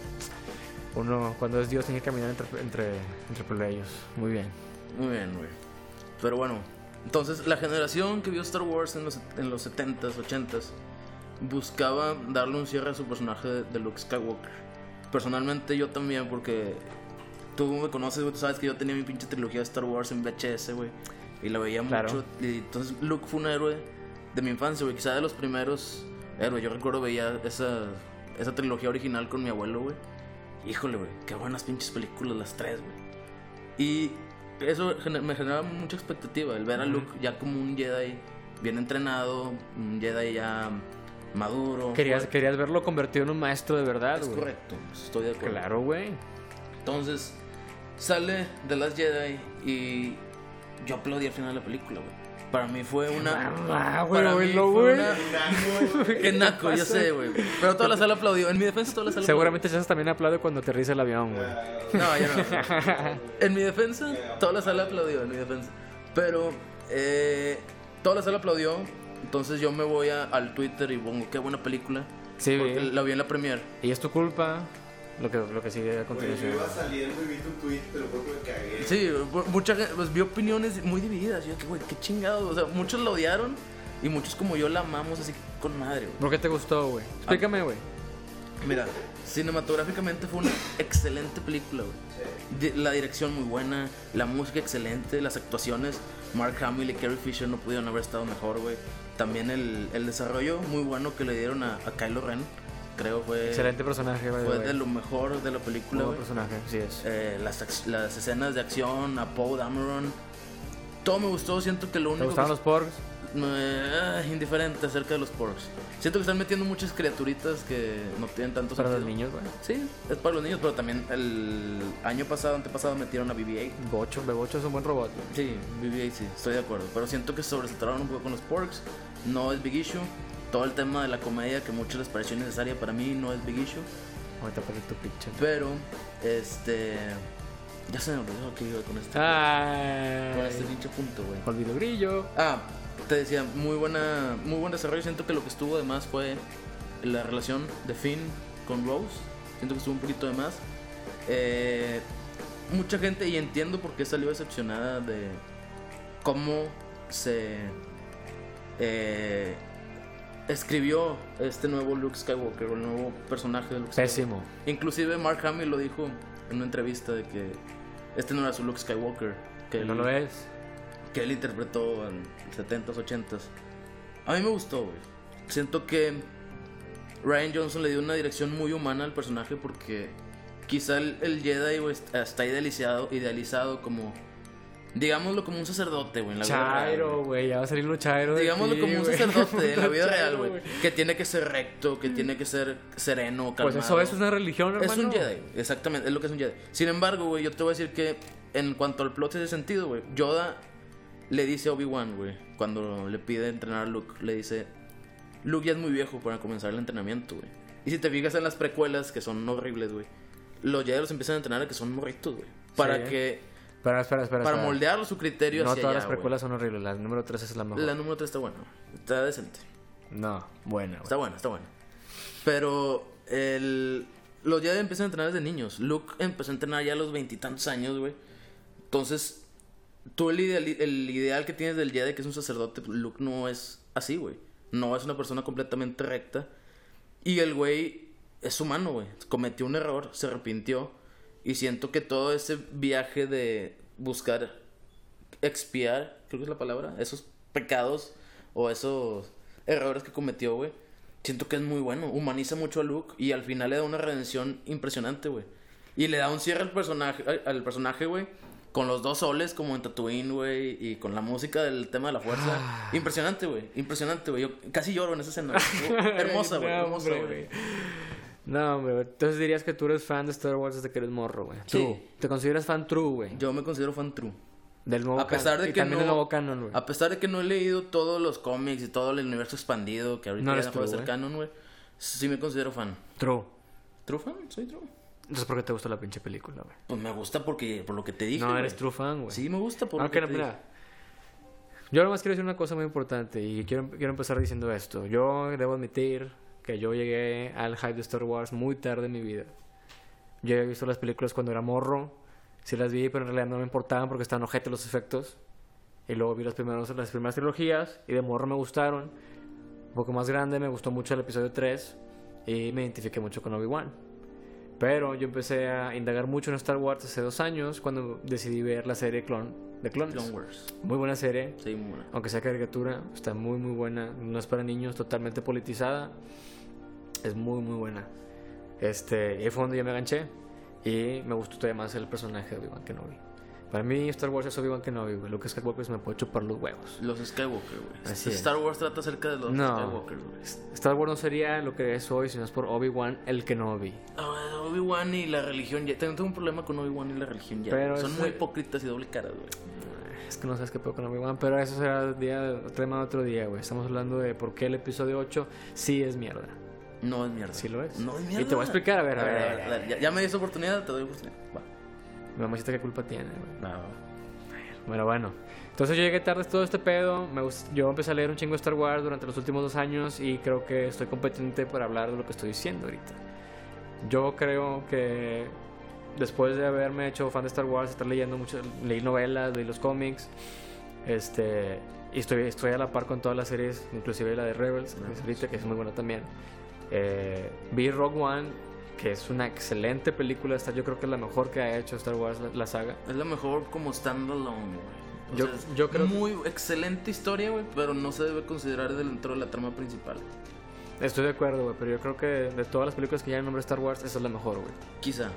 S1: uno cuando es Dios tiene que caminar entre, entre, entre plebeyos. Muy bien.
S2: Muy bien, güey. Pero bueno, entonces la generación que vio Star Wars en los, en los 70s, 80s, buscaba darle un cierre a su personaje de, de Luke Skywalker. Personalmente yo también, porque tú me conoces, güey, tú sabes que yo tenía mi pinche trilogía de Star Wars en VHS, güey. Y la veía
S1: Claro.
S2: mucho. Y entonces Luke fue un héroe de mi infancia, güey. Quizá de los primeros héroes. Yo recuerdo veía esa, esa trilogía original con mi abuelo, güey. Híjole, güey. Qué buenas pinches películas las tres, güey. Y eso gener- me generaba mucha expectativa, el ver a Luke ya como un Jedi bien entrenado, un Jedi ya maduro.
S1: Querías, querías verlo convertido en un maestro de verdad,
S2: Es
S1: güey.
S2: correcto, estoy de acuerdo.
S1: Claro, güey.
S2: Entonces, sale de las Jedi y yo aplaudí al final de la película, güey. Para mí fue una...
S1: mamá, Ah, güey,
S2: para mí
S1: velo,
S2: fue
S1: güey.
S3: Naco, güey.
S2: Qué naco, yo sé, güey. Pero toda la sala aplaudió. En mi defensa toda la sala
S1: Seguramente Chazas también aplaude cuando aterriza el avión, güey.
S2: No, yo no. En mi defensa, toda la sala aplaudió, en mi defensa. Pero eh, toda la sala aplaudió, entonces yo me voy a- al Twitter y pongo, qué buena película.
S1: Sí,
S2: porque
S1: güey.
S2: la vi en la premiere.
S1: Y es tu culpa lo que, lo que sigue a
S3: Güey, yo
S1: continuación.
S3: iba saliendo y vi tu tweet, pero creo que me cagué.
S2: Sí, bu- mucha gente, pues vi opiniones muy divididas. Yo, que, güey, qué chingado. O sea, muchos la odiaron y muchos como yo la amamos así con madre, güey.
S1: ¿Por qué te gustó, güey? Explícame, güey.
S2: Mira, cinematográficamente fue una excelente película, güey. Di- La dirección muy buena, la música excelente, las actuaciones. Mark Hamill y Carrie Fisher no pudieron haber estado mejor, güey. También el, el desarrollo muy bueno que le dieron a, a Kylo Ren, creo fue,
S1: Excelente personaje, güey.
S2: fue de lo mejor de la
S1: Muy
S2: película,
S1: buen
S2: güey.
S1: personaje, sí es.
S2: Eh, las, ac- las escenas de acción, a Poe Dameron. Todo me gustó, siento que lo
S1: ¿Te
S2: único que
S1: gustaban los porgs?
S2: eh, indiferente acerca de los porcs. Siento que están metiendo muchas criaturitas que no tienen tanto
S1: Para los
S2: sentido.
S1: niños, güey.
S2: Sí, es para los niños, pero también el año pasado, antepasado, metieron a BB-8.
S1: Bocho, Bebocho es un buen robot, güey.
S2: Sí, BB-8 sí, estoy de acuerdo. Pero siento que sobresaltaron un poco con los porks. No es big issue. Todo el tema de la comedia que a muchos les pareció innecesaria para mí no es big issue.
S1: Ahorita perdí tu pinche.
S2: Pero, este. Ya se me olvidó que iba con este, con este
S1: Ay,
S2: pinche punto, güey.
S1: Pues, olvido grillo.
S2: Ah, te decía, muy buena, muy buen desarrollo. Siento que lo que estuvo de más fue la relación de Finn con Rose. Siento que estuvo un poquito de más. Eh, mucha gente, y entiendo por qué salió decepcionada de cómo se eh, escribió este nuevo Luke Skywalker, el nuevo personaje de Luke Skywalker.
S1: Pésimo.
S2: Inclusive Mark Hamill lo dijo en una entrevista de que este no era su Luke Skywalker. Que
S1: No
S2: él-
S1: lo es.
S2: que él interpretó en 70s, 80s. A mí me gustó, güey. Siento que Ryan Johnson le dio una dirección muy humana al personaje porque quizá el, el Jedi güey, est- está idealizado, idealizado como, digámoslo, como un sacerdote, güey. en la vida real,
S1: Chairo,
S2: güey.
S1: güey. Ya va a salir lo chairo. de
S2: Digámoslo
S1: ti,
S2: como un
S1: güey. Pues
S2: sacerdote en la vida
S1: Chairo,
S2: real, güey. Que tiene que ser recto, que tiene que ser sereno, calmado.
S1: Pues eso es una religión, hermano.
S2: Es un Jedi, exactamente, es lo que es un Jedi. Sin embargo, güey, yo te voy a decir que en cuanto al plot de ese sentido, güey, Yoda le dice a Obi-Wan, güey, cuando le pide entrenar a Luke, le dice, Luke ya es muy viejo para comenzar el entrenamiento, güey. Y si te fijas en las precuelas, que son horribles, güey, los Jedi los empiezan a entrenar a que son morritos, güey. Para
S1: Sí.
S2: que,
S1: Espera, espera, espera.
S2: para
S1: espera.
S2: moldear su criterio
S1: No
S2: hacia
S1: todas
S2: allá,
S1: las
S2: güey.
S1: precuelas son horribles. La número 3 es la mejor.
S2: La número 3 está buena, está decente.
S1: No, buena,
S2: Está
S1: güey.
S2: bueno, está bueno. Pero el, los Jedi empiezan a entrenar desde niños. Luke empezó a entrenar ya a los veintitantos años, güey. Entonces, tú el ideal, el ideal que tienes del Jedi, que es un sacerdote, Luke no es así, güey. No es una persona completamente recta. Y el güey es humano, güey. Cometió un error, se arrepintió. Y siento que todo ese viaje de buscar expiar, creo que es la palabra, esos pecados o esos errores que cometió, güey. Siento que es muy bueno. Humaniza mucho a Luke y al final le da una redención impresionante, güey. Y le da un cierre al personaje, al- al personaje, güey. Con los dos soles, como en Tatooine, güey. Y con la música del tema de la
S1: Ah.
S2: fuerza. Impresionante, güey. Impresionante, güey. Yo casi lloro en esa escena. güey. Hermosa, güey.
S1: No,
S2: Hermosa,
S1: hombre,
S2: güey.
S1: No, hombre, güey. Entonces dirías que tú eres fan de Star Wars desde que eres morro, güey.
S2: Sí.
S1: True. Te consideras fan true, güey.
S2: Yo me considero fan true.
S1: Del nuevo
S2: A pesar
S1: canon.
S2: de
S1: Y
S2: que
S1: también
S2: no,
S1: del nuevo canon, güey.
S2: A pesar de que no he leído todos los cómics y todo el universo expandido que ahorita
S1: No
S2: ya
S1: eres
S2: dejó de
S1: tú,
S2: ser
S1: güey.
S2: canon, güey. Sí me considero fan.
S1: True.
S2: ¿True fan? Soy true.
S1: Entonces, ¿por qué te gustó la pinche película, güey?
S2: Pues me gusta porque por lo que te dije.
S1: No,
S2: güey.
S1: eres true fan, güey.
S2: Sí, me gusta porque
S1: Aunque no, mira. Yo nomás quiero decir una cosa muy importante y quiero, quiero empezar diciendo esto. Yo debo admitir que yo llegué al hype de Star Wars muy tarde en mi vida. Yo había visto las películas cuando era morro. Sí las vi, pero en realidad no me importaban porque estaban ojete los efectos. Y luego vi las, primeros, las primeras trilogías y de morro me gustaron. Un poco más grande me gustó mucho el episodio 3 y me identifiqué mucho con Obi-Wan. Pero yo empecé a indagar mucho en Star Wars hace dos años cuando decidí ver la serie Clone, de Clones.
S2: Clone Wars.
S1: Muy buena serie,
S2: Sí, muy buena.
S1: aunque sea caricatura, está muy muy buena, no es para niños, totalmente politizada, es muy muy buena. Este, y ahí fue donde yo me enganché y me gustó todavía más el personaje de Obi-Wan Kenobi. Para mí Star Wars es Obi-Wan Kenobi, güey, Luke Skywalker se me puede chupar los huevos.
S2: Los Skywalker, güey. Este
S1: Así es.
S2: Star Wars trata acerca de los
S1: No.
S2: Skywalker, güey.
S1: Star Wars no sería lo que es hoy si no es por Obi-Wan el Kenobi.
S2: Ah, Obi-Wan y la religión ya. Tengo tengo un problema con Obi-Wan y la religión ya.
S1: Pero
S2: güey. Son
S1: ese-
S2: muy hipócritas y doble caras, güey.
S1: Es que no sabes qué pedo con Obi-Wan, pero eso será día, tema de otro día, güey. Estamos hablando de por qué el episodio 8 sí es mierda.
S2: No es mierda.
S1: Sí lo es.
S2: No es
S1: Y
S2: mierda.
S1: te voy a explicar, a ver, a ver, a ver.
S2: Ya, ya me dio esa oportunidad, te doy oportunidad. Va.
S1: Mi mamacita qué culpa tiene, güey.
S2: Va, va, va.
S1: Bueno, bueno. Entonces yo llegué tarde a todo este pedo. Me gust- yo empecé a leer un chingo de Star Wars durante los últimos dos años y creo que estoy competente para hablar de lo que estoy diciendo ahorita. Yo creo que después de haberme hecho fan de Star Wars, estar leyendo mucho, leí novelas, leí los cómics, este, y estoy, estoy a la par con todas las series, inclusive la de Rebels, que es ahorita, que es muy buena también. Eh, vi Rogue One, que es una excelente película, esta yo creo que es la mejor que ha hecho Star Wars la- la saga.
S2: Es la mejor como standalone, güey. O
S1: Yo-
S2: sea, es
S1: yo creo-
S2: Muy excelente historia, güey, pero no se debe considerar dentro de la trama principal.
S1: Estoy de acuerdo, güey, pero yo creo que de todas las películas que ya el nombre Star Wars, esa es la mejor, güey.
S2: Quizá,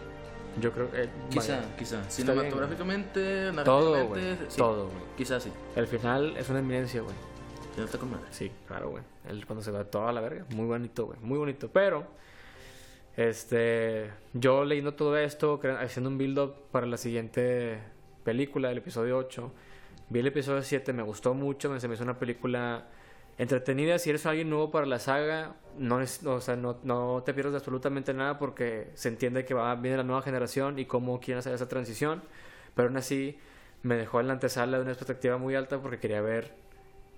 S1: Yo creo que. eh,
S2: quizá,
S1: vaya,
S2: quizá.
S1: Está bien,
S2: Cinematográficamente,
S1: Todo, güey.
S2: narrativamente, sí.
S1: Todo, güey.
S2: Quizá sí.
S1: El final es una eminencia, güey.
S2: Ya está con madre.
S1: Sí, claro, güey. El cuando se va toda la verga. Muy bonito, güey. Muy bonito. Pero, este. Yo leyendo todo esto, cre- haciendo un build-up para la siguiente película, el episodio 8. Vi el episodio 7, me gustó mucho. Me, se me hizo una película entretenida. Si eres alguien nuevo para la saga, no, es- o sea, no, no te pierdas de absolutamente nada porque se entiende que va, viene la nueva generación y cómo quieren hacer esa transición. Pero aún así, me dejó en la antesala de una expectativa muy alta porque quería ver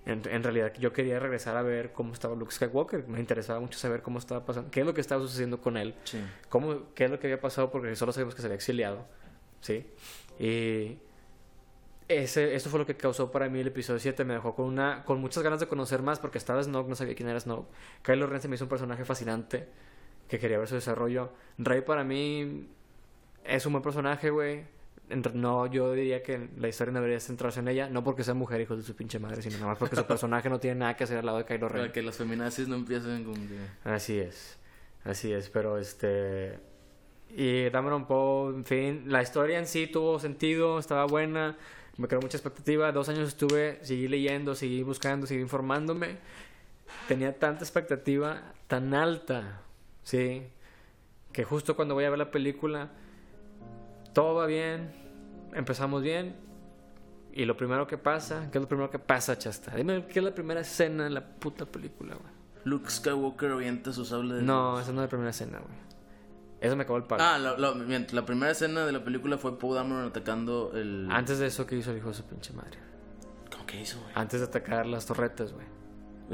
S1: en, en realidad yo quería regresar a ver cómo estaba Luke Skywalker. Me interesaba mucho saber cómo estaba pasando, qué es lo que estaba sucediendo con él,
S2: Sí.
S1: cómo, qué es lo que había pasado, porque solo sabemos que se había exiliado. ¿Sí? Y ese, eso fue lo que causó para mí el episodio 7. Me dejó con, una, con muchas ganas de conocer más porque estaba Snoke, no sabía quién era Snoke. Kylo Ren se me hizo un personaje fascinante que quería ver su desarrollo. Rey para mí es un buen personaje, güey. Entre- No, yo diría que la historia no debería centrarse en ella, no porque sea mujer, hijo de su pinche madre, sino nada más porque su personaje no tiene nada que hacer al lado de Kylo Ren.
S2: Para que las feminazis no empiecen con que...
S1: Así es, así es, pero este... Y Dameron Poe, en fin, la historia en sí tuvo sentido, estaba buena, me creó mucha expectativa, dos años estuve, seguí leyendo, seguí buscando, seguí informándome, tenía tanta expectativa, tan alta, sí, que justo cuando voy a ver la película, todo va bien, empezamos bien, y lo primero que pasa, ¿qué es lo primero que pasa, Chasta? Dime, ¿qué es la primera escena de la puta película, güey?
S2: Luke Skywalker orienta su sable de...
S1: No, esa no es la primera escena, güey. Eso me acabó el palo.
S2: Ah, la, la- miento, la primera escena de la película fue Poe Dameron atacando el...
S1: Antes de eso, ¿qué hizo el hijo de su pinche madre?
S2: ¿Cómo que hizo, güey?
S1: Antes de atacar las torretas, güey.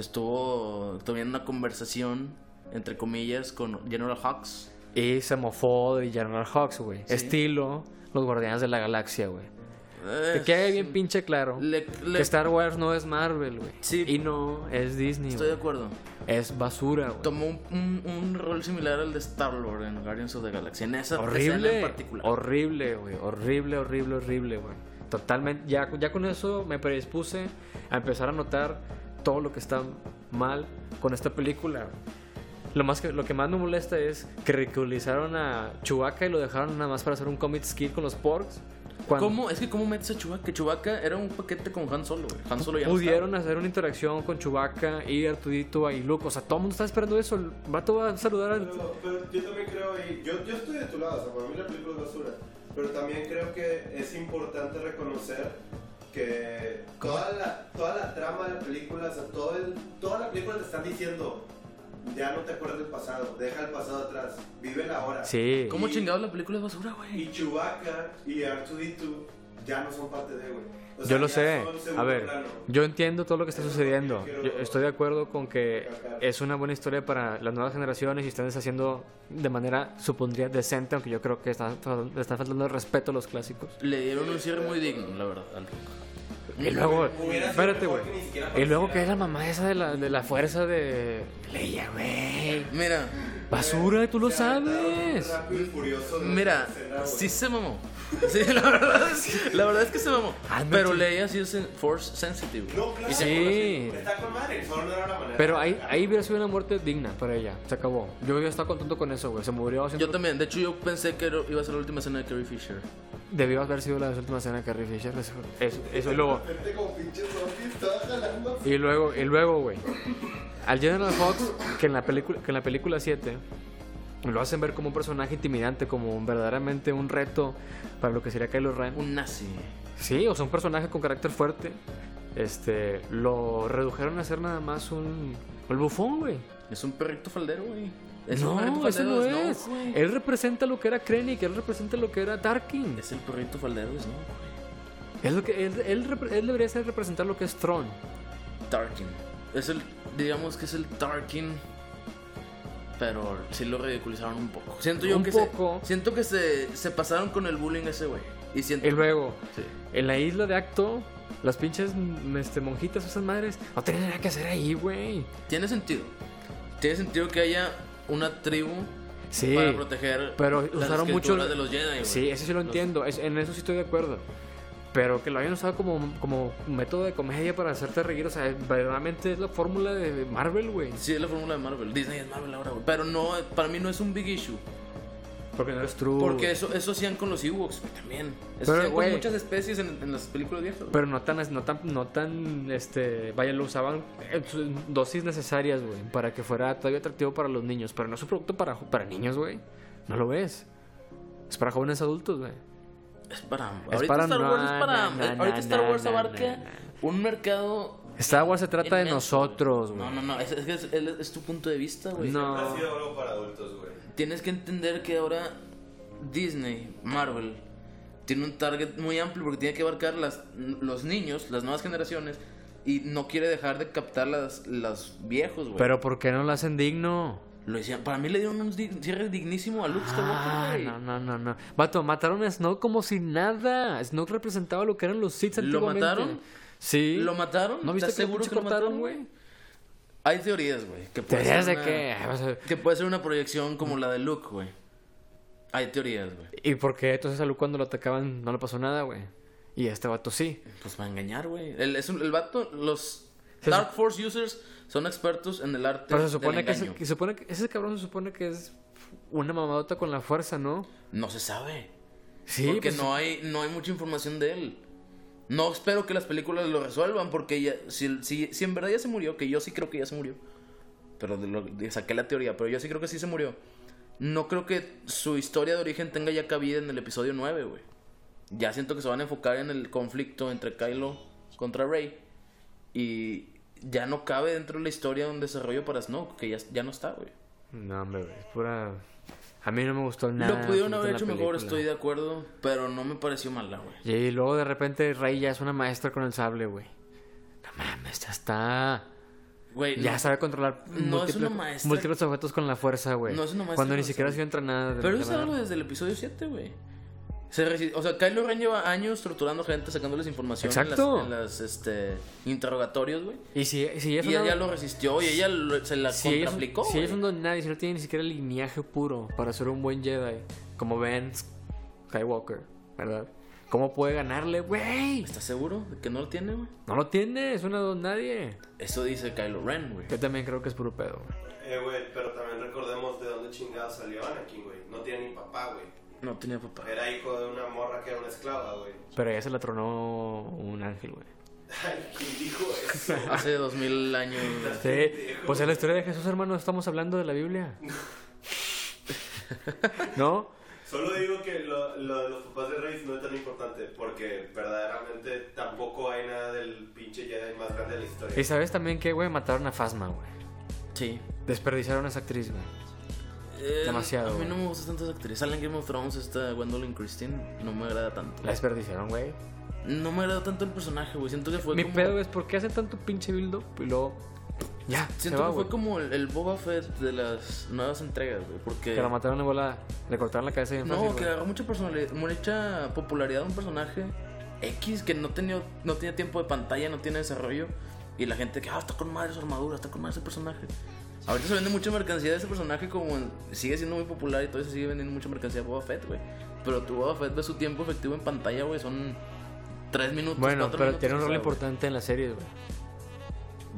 S2: Estuvo teniendo una conversación, entre comillas, con General Hawks.
S1: Y se mofó de General Hawks, güey. Estilo los Guardianes de la Galaxia, güey. Te quede bien pinche claro
S2: Le- le-
S1: que Star Wars no es Marvel, güey.
S2: Sí.
S1: Y no es Disney,
S2: Estoy de
S1: güey.
S2: acuerdo.
S1: Es basura, güey.
S2: Tomó un, un- un rol similar al de Star-Lord en Guardians of the Galaxy. En esa escena en
S1: Horrible.
S2: particular.
S1: Horrible, güey. Horrible, horrible, horrible, güey. Totalmente. Ya, ya con eso me predispuse a empezar a notar todo lo que está mal con esta película. güey. Lo, más que, lo que más me molesta es que ridiculizaron a Chewbacca y lo dejaron nada más para hacer un comic skill con los porks. Cuando
S2: ¿Cómo? Es que ¿cómo metes a Chewbacca? Que Chewbacca era un paquete con Han Solo, güey. Han Solo ya no
S1: pudieron
S2: estaba.
S1: hacer una interacción con Chewbacca y Artudito y Luke. O sea, todo el mundo está esperando eso. El vato va a saludar al...
S3: Pero, pero yo también creo, y yo, yo estoy de tu lado, o sea, para mí la película es basura, pero también creo que es importante reconocer que toda la, toda la trama de la película, o sea, todo el, toda la película te están diciendo, ya no te acuerdas del pasado, deja el pasado atrás, vive la hora.
S1: Sí.
S2: ¿Cómo
S3: Y-
S2: chingados la película es basura, güey?
S3: Y Chewbacca y Artudito ya no son parte de, güey. O sea,
S1: Yo lo
S3: ya
S1: sé.
S3: son segundo
S1: A ver,
S3: plano.
S1: yo entiendo todo lo que está
S3: Eso es lo que yo
S1: sucediendo.
S3: quiero
S1: Yo estoy de acuerdo con que
S3: recalcar.
S1: es una buena historia para las nuevas generaciones y están deshaciendo de manera, supondría, decente, aunque yo creo que está, le está faltando el respeto a los clásicos.
S2: Le dieron un cierre muy digno, la verdad. al-
S1: Y luego,
S3: Hubiera sido
S1: espérate,
S3: mejor
S1: güey.
S3: que ni siquiera
S1: Y luego que
S3: apareciera.
S1: es la mamá esa de la, de la fuerza de Leia, güey.
S2: Mira,
S1: Basura, tú lo
S3: Se aventaron
S1: sabes.
S3: Rápido y furioso de
S2: mira,
S3: la escena, güey.
S2: sí se mamó. Sí, la verdad es, la verdad es que se mamó.
S1: Hazme
S2: Pero
S1: chi-
S2: Leia sí es en- Force Sensitive. güey.
S3: No, claro.
S2: Y se
S1: Sí.
S2: acuerda, sí.
S3: Está con madre, solo no era la manera.
S1: Pero ahí, ahí hubiera sido una muerte digna para ella. Se acabó. Yo hubiera estado contento con eso, güey. Se murió. haciendo-
S2: Yo también, de hecho yo pensé que era- iba a ser la última escena de Carrie Fisher.
S1: Debió haber sido la última escena de Carrie Fisher. Eso, eso, eso. Y luego,
S3: Vete como pinche zombie, estaba jalando.
S1: Y luego, y luego, güey. Al General Fox, que en la película, que en la película 7 lo hacen ver como un personaje intimidante, como un- verdaderamente un reto para lo que sería Kylo Ren.
S2: Un nazi.
S1: Sí, o sea, un personaje con carácter fuerte. Este, lo redujeron a ser nada más un el bufón, güey.
S2: Es un perrito faldero, güey. Es un perrito
S1: No, eso no
S2: faldero,
S1: es.
S2: güey.
S1: Él representa lo que era Krennic, él representa lo que era Tarkin.
S2: Es el perrito faldero, es, ¿no?
S1: Es lo que él, él repre- él debería ser representar lo que es Tron.
S2: Tarkin. Es el, digamos que es el Tarkin. Pero sí lo ridiculizaron un poco. Siento yo
S1: Un
S2: que
S1: poco.
S2: se. Siento que se, se pasaron con el bullying ese, güey. Y siento.
S1: Y luego,
S2: Sí.
S1: En la isla de Acto, las pinches mm, este, monjitas, esas madres, no tienen nada que hacer ahí, güey.
S2: Tiene sentido. Tiene sentido que haya una tribu
S1: Sí.
S2: para proteger
S1: pero
S2: las
S1: usaron mucho-
S2: escrituras de los Jedi, güey.
S1: Sí, eso sí lo entiendo, es- en eso sí estoy de acuerdo. Pero que lo hayan usado como, como método de comedia para hacerte reír, o sea, es- verdaderamente es la fórmula de Marvel, güey.
S2: Sí, es la fórmula de Marvel. Disney es Marvel ahora, güey. Pero no, para mí no es un big issue.
S1: Porque no eres true.
S2: Porque
S1: güey.
S2: eso, eso hacían con los Ewoks, güey, también. Eso
S1: Pero,
S2: hacían con
S1: güey.
S2: muchas especies en, en las películas viejas, güey.
S1: Pero no tan, no tan, no tan, este, vaya, lo usaban en sus dosis necesarias, güey, para que fuera todavía atractivo para los niños. Pero no es un producto para, jo- para niños, güey. No lo ves. Es para jóvenes adultos, güey.
S2: Es para ambos.
S1: Es
S2: Ahorita
S1: para-
S2: Star
S1: no,
S2: Wars es para
S1: no,
S2: ambos.
S1: no, no,
S2: Ahorita Star Wars
S1: no,
S2: abarca
S1: no,
S2: un mercado.
S1: Star Wars se trata de
S2: inmenso,
S1: nosotros, güey.
S2: No, no, no. Es, es que es, es- es tu punto de vista, güey.
S1: No.
S3: Ha sido algo para adultos, güey.
S2: Tienes que entender que ahora Disney, Marvel, tiene un target muy amplio porque tiene que abarcar las, los niños, las nuevas generaciones. Y no quiere dejar de captar las, las viejos, güey.
S1: Pero ¿por qué no lo hacen digno?
S2: Lo decían, para mí le dieron un di- cierre dignísimo a Luke
S1: Ah,
S2: Skywalker, güey.
S1: no, no, no, no. Vato, mataron a Snoke como si nada. Snoke representaba lo que eran los Sith
S2: ¿Lo
S1: antiguamente.
S2: mataron?
S1: Sí.
S2: ¿Lo mataron?
S1: ¿No viste
S2: ¿Estás
S1: que seguro
S2: seguro que
S1: que
S2: lo
S1: cortaron,
S2: mataron,
S1: güey?
S2: Hay teorías, güey. que puede
S1: ¿Teorías
S2: ser
S1: de
S2: una-
S1: qué? Vas a-
S2: Que puede ser una proyección como la de Luke, güey. Hay teorías, güey.
S1: ¿Y por qué entonces a Luke cuando lo atacaban no le pasó nada, güey? Y a este vato sí.
S2: Pues va a engañar, güey. El, es un- el vato, los
S1: Se
S2: Dark Force users son expertos en el arte.
S1: Pero se
S2: del
S1: supone que,
S2: engaño.
S1: se- que supone que ese cabrón se supone que es una mamadota con la fuerza, ¿no?
S2: No se sabe.
S1: Sí,
S2: porque
S1: pues-
S2: no, hay, no hay mucha información de él. No espero que las películas lo resuelvan, porque ya, si, si, si en verdad ya se murió, que yo sí creo que ya se murió, pero de lo- de- saqué la teoría, pero yo sí creo que sí se murió, no creo que su historia de origen tenga ya cabida en el episodio 9, güey. Ya siento que se van a enfocar en el conflicto entre Kylo contra Rey y ya no cabe dentro de la historia un desarrollo para Snoke, que ya, ya no está, güey.
S1: No, hombre, güey, es pura... A mí no me gustó nada.
S2: lo pudieron haber
S1: absolutamente
S2: hecho
S1: en la
S2: mejor,
S1: película.
S2: estoy de acuerdo, pero no me pareció mala, güey.
S1: Y luego de repente Rey ya es una maestra con el sable, güey. No mames, ya está.
S2: Güey,
S1: Ya
S2: no-
S1: sabe controlar
S2: no es una maestra.
S1: múltiples objetos con la fuerza, güey.
S2: No es una maestra
S1: Cuando
S2: con
S1: ni
S2: el
S1: siquiera ha
S2: sable.
S1: sido entrenada. de-
S2: Pero
S1: de
S2: eso es algo
S1: manera-
S2: desde el episodio 7, güey. Se resi- o sea, Kylo Ren lleva años torturando gente, sacándoles información en las-
S1: Exacto.
S2: en las, este, interrogatorios, güey.
S1: Y si, si ella es
S2: Y
S1: una-
S2: ella lo resistió y ella lo- se la
S1: si ella es un-
S2: contraplicó.
S1: si ella es
S2: güey.
S1: un don nadie, si no tiene ni siquiera el linaje puro para ser un buen Jedi, como Ben Skywalker, ¿verdad? ¿Cómo puede ganarle, güey?
S2: ¿Estás seguro de que no lo tiene, güey?
S1: No lo tiene, es una don nadie.
S2: Eso dice Kylo Ren, güey.
S1: Yo también creo que es puro pedo. güey.
S3: Eh, güey, pero también recordemos de dónde chingado salió Anakin, güey. No tiene ni papá, güey.
S2: No tenía papá.
S3: Era hijo de una morra que era una esclava, güey.
S1: Pero ella se la tronó un ángel, güey.
S3: Ay, ¿quién dijo eso?
S2: Hace dos mil años. güey.
S1: Sí, pues es la historia de Jesús, hermano, estamos hablando de la Biblia. ¿No?
S3: Solo digo que lo, lo de los papás de Reyes no es tan importante porque verdaderamente tampoco hay nada del pinche Jedi más grande de la historia.
S1: Y sabes también que, güey, mataron a Fasma, güey.
S2: Sí.
S1: Desperdiciaron a esa actriz, güey.
S2: Eh,
S1: Demasiado,
S2: A mí
S1: güey.
S2: no me gusta tanto esa actriz. Sale en Game of Thrones esta Gwendolyn Christine. No me agrada tanto.
S1: La desperdiciaron, güey.
S2: No me agrada tanto el personaje, güey. Siento que fue
S1: Mi
S2: como.
S1: pedo es por qué hacen tanto pinche build up y luego. Ya, se
S2: Siento
S1: va,
S2: que fue
S1: güey.
S2: como el, el Boba Fett de las nuevas entregas, güey. Porque.
S1: Que la mataron de bola, le cortaron la cabeza bien fácil.
S2: No,
S1: güey.
S2: que agarró mucha personalidad, mucha popularidad a un personaje X que no tenía, no tenía tiempo de pantalla, no tiene desarrollo. Y la gente que, ah, está con madre su armadura, está con madre ese personaje. Ahorita se vende mucha mercancía de ese personaje, como en- sigue siendo muy popular y todo eso sigue vendiendo mucha mercancía de Boba Fett, güey. Pero tu Boba Fett ve su tiempo efectivo en pantalla, güey, son 3 minutos.
S1: Bueno,
S2: cuatro
S1: pero
S2: minutos,
S1: tiene un
S2: o
S1: rol
S2: sea, güey.
S1: importante en la serie, güey.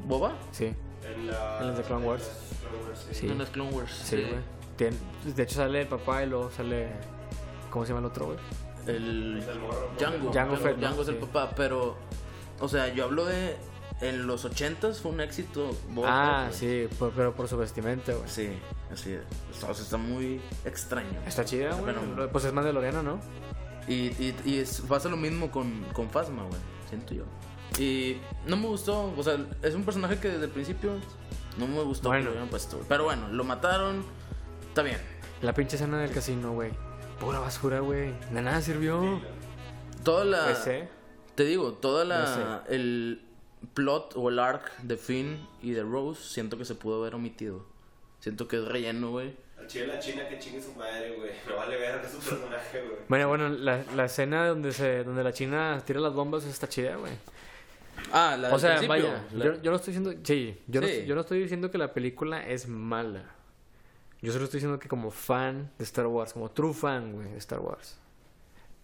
S2: ¿Boba?
S1: Sí,
S3: En la.
S1: En las de Clone Wars.
S3: en las Clone Wars, sí.
S1: Sí.
S2: En las Clone Wars.
S1: sí, güey. Tien- De hecho, sale el papá y luego sale. ¿Cómo se llama el otro, güey?
S2: El
S3: Es el morro.
S2: Django.
S3: ¿no?
S1: Django
S2: Django,
S1: Fett, ¿no?
S2: Django es el
S1: Sí.
S2: papá, pero. O sea, yo hablo de. En los 80s fue un éxito. Boba
S1: Ah,
S2: Fett, güey.
S1: sí, por- pero por su vestimenta, güey.
S2: Sí, así es. O sea, está muy extraño.
S1: Está chida, güey.
S2: Bueno.
S1: Pues es Mandaloriano, ¿no?
S2: Y, y, y es- pasa lo mismo con, con Phasma, güey. Siento yo. Y no me gustó. O sea, es un personaje que desde el principio no me gustó. que
S1: Bueno.
S2: lo hubieran puesto, güey. Pero bueno, lo mataron. Está bien.
S1: La pinche escena del casino, güey. Pura basura, güey. De nada sirvió.
S2: Toda la.
S1: Pues, ¿eh?
S2: Te digo, toda
S1: No
S2: la el plot o el arc de Finn y de Rose siento que se pudo haber omitido. Siento que es relleno, güey.
S3: Al chile la china que chingue su madre, güey. No vale verga su personaje, güey.
S1: Bueno, bueno, la, la escena donde se donde la China tira las bombas está chida, güey.
S2: Ah, la del
S1: O sea,
S2: principio.
S1: vaya,
S2: La-
S1: yo, yo no estoy diciendo, sí, yo,
S2: Sí.
S1: No, yo no estoy diciendo que la película es mala. Yo solo estoy diciendo que como fan de Star Wars, como true fan, güey, de Star Wars.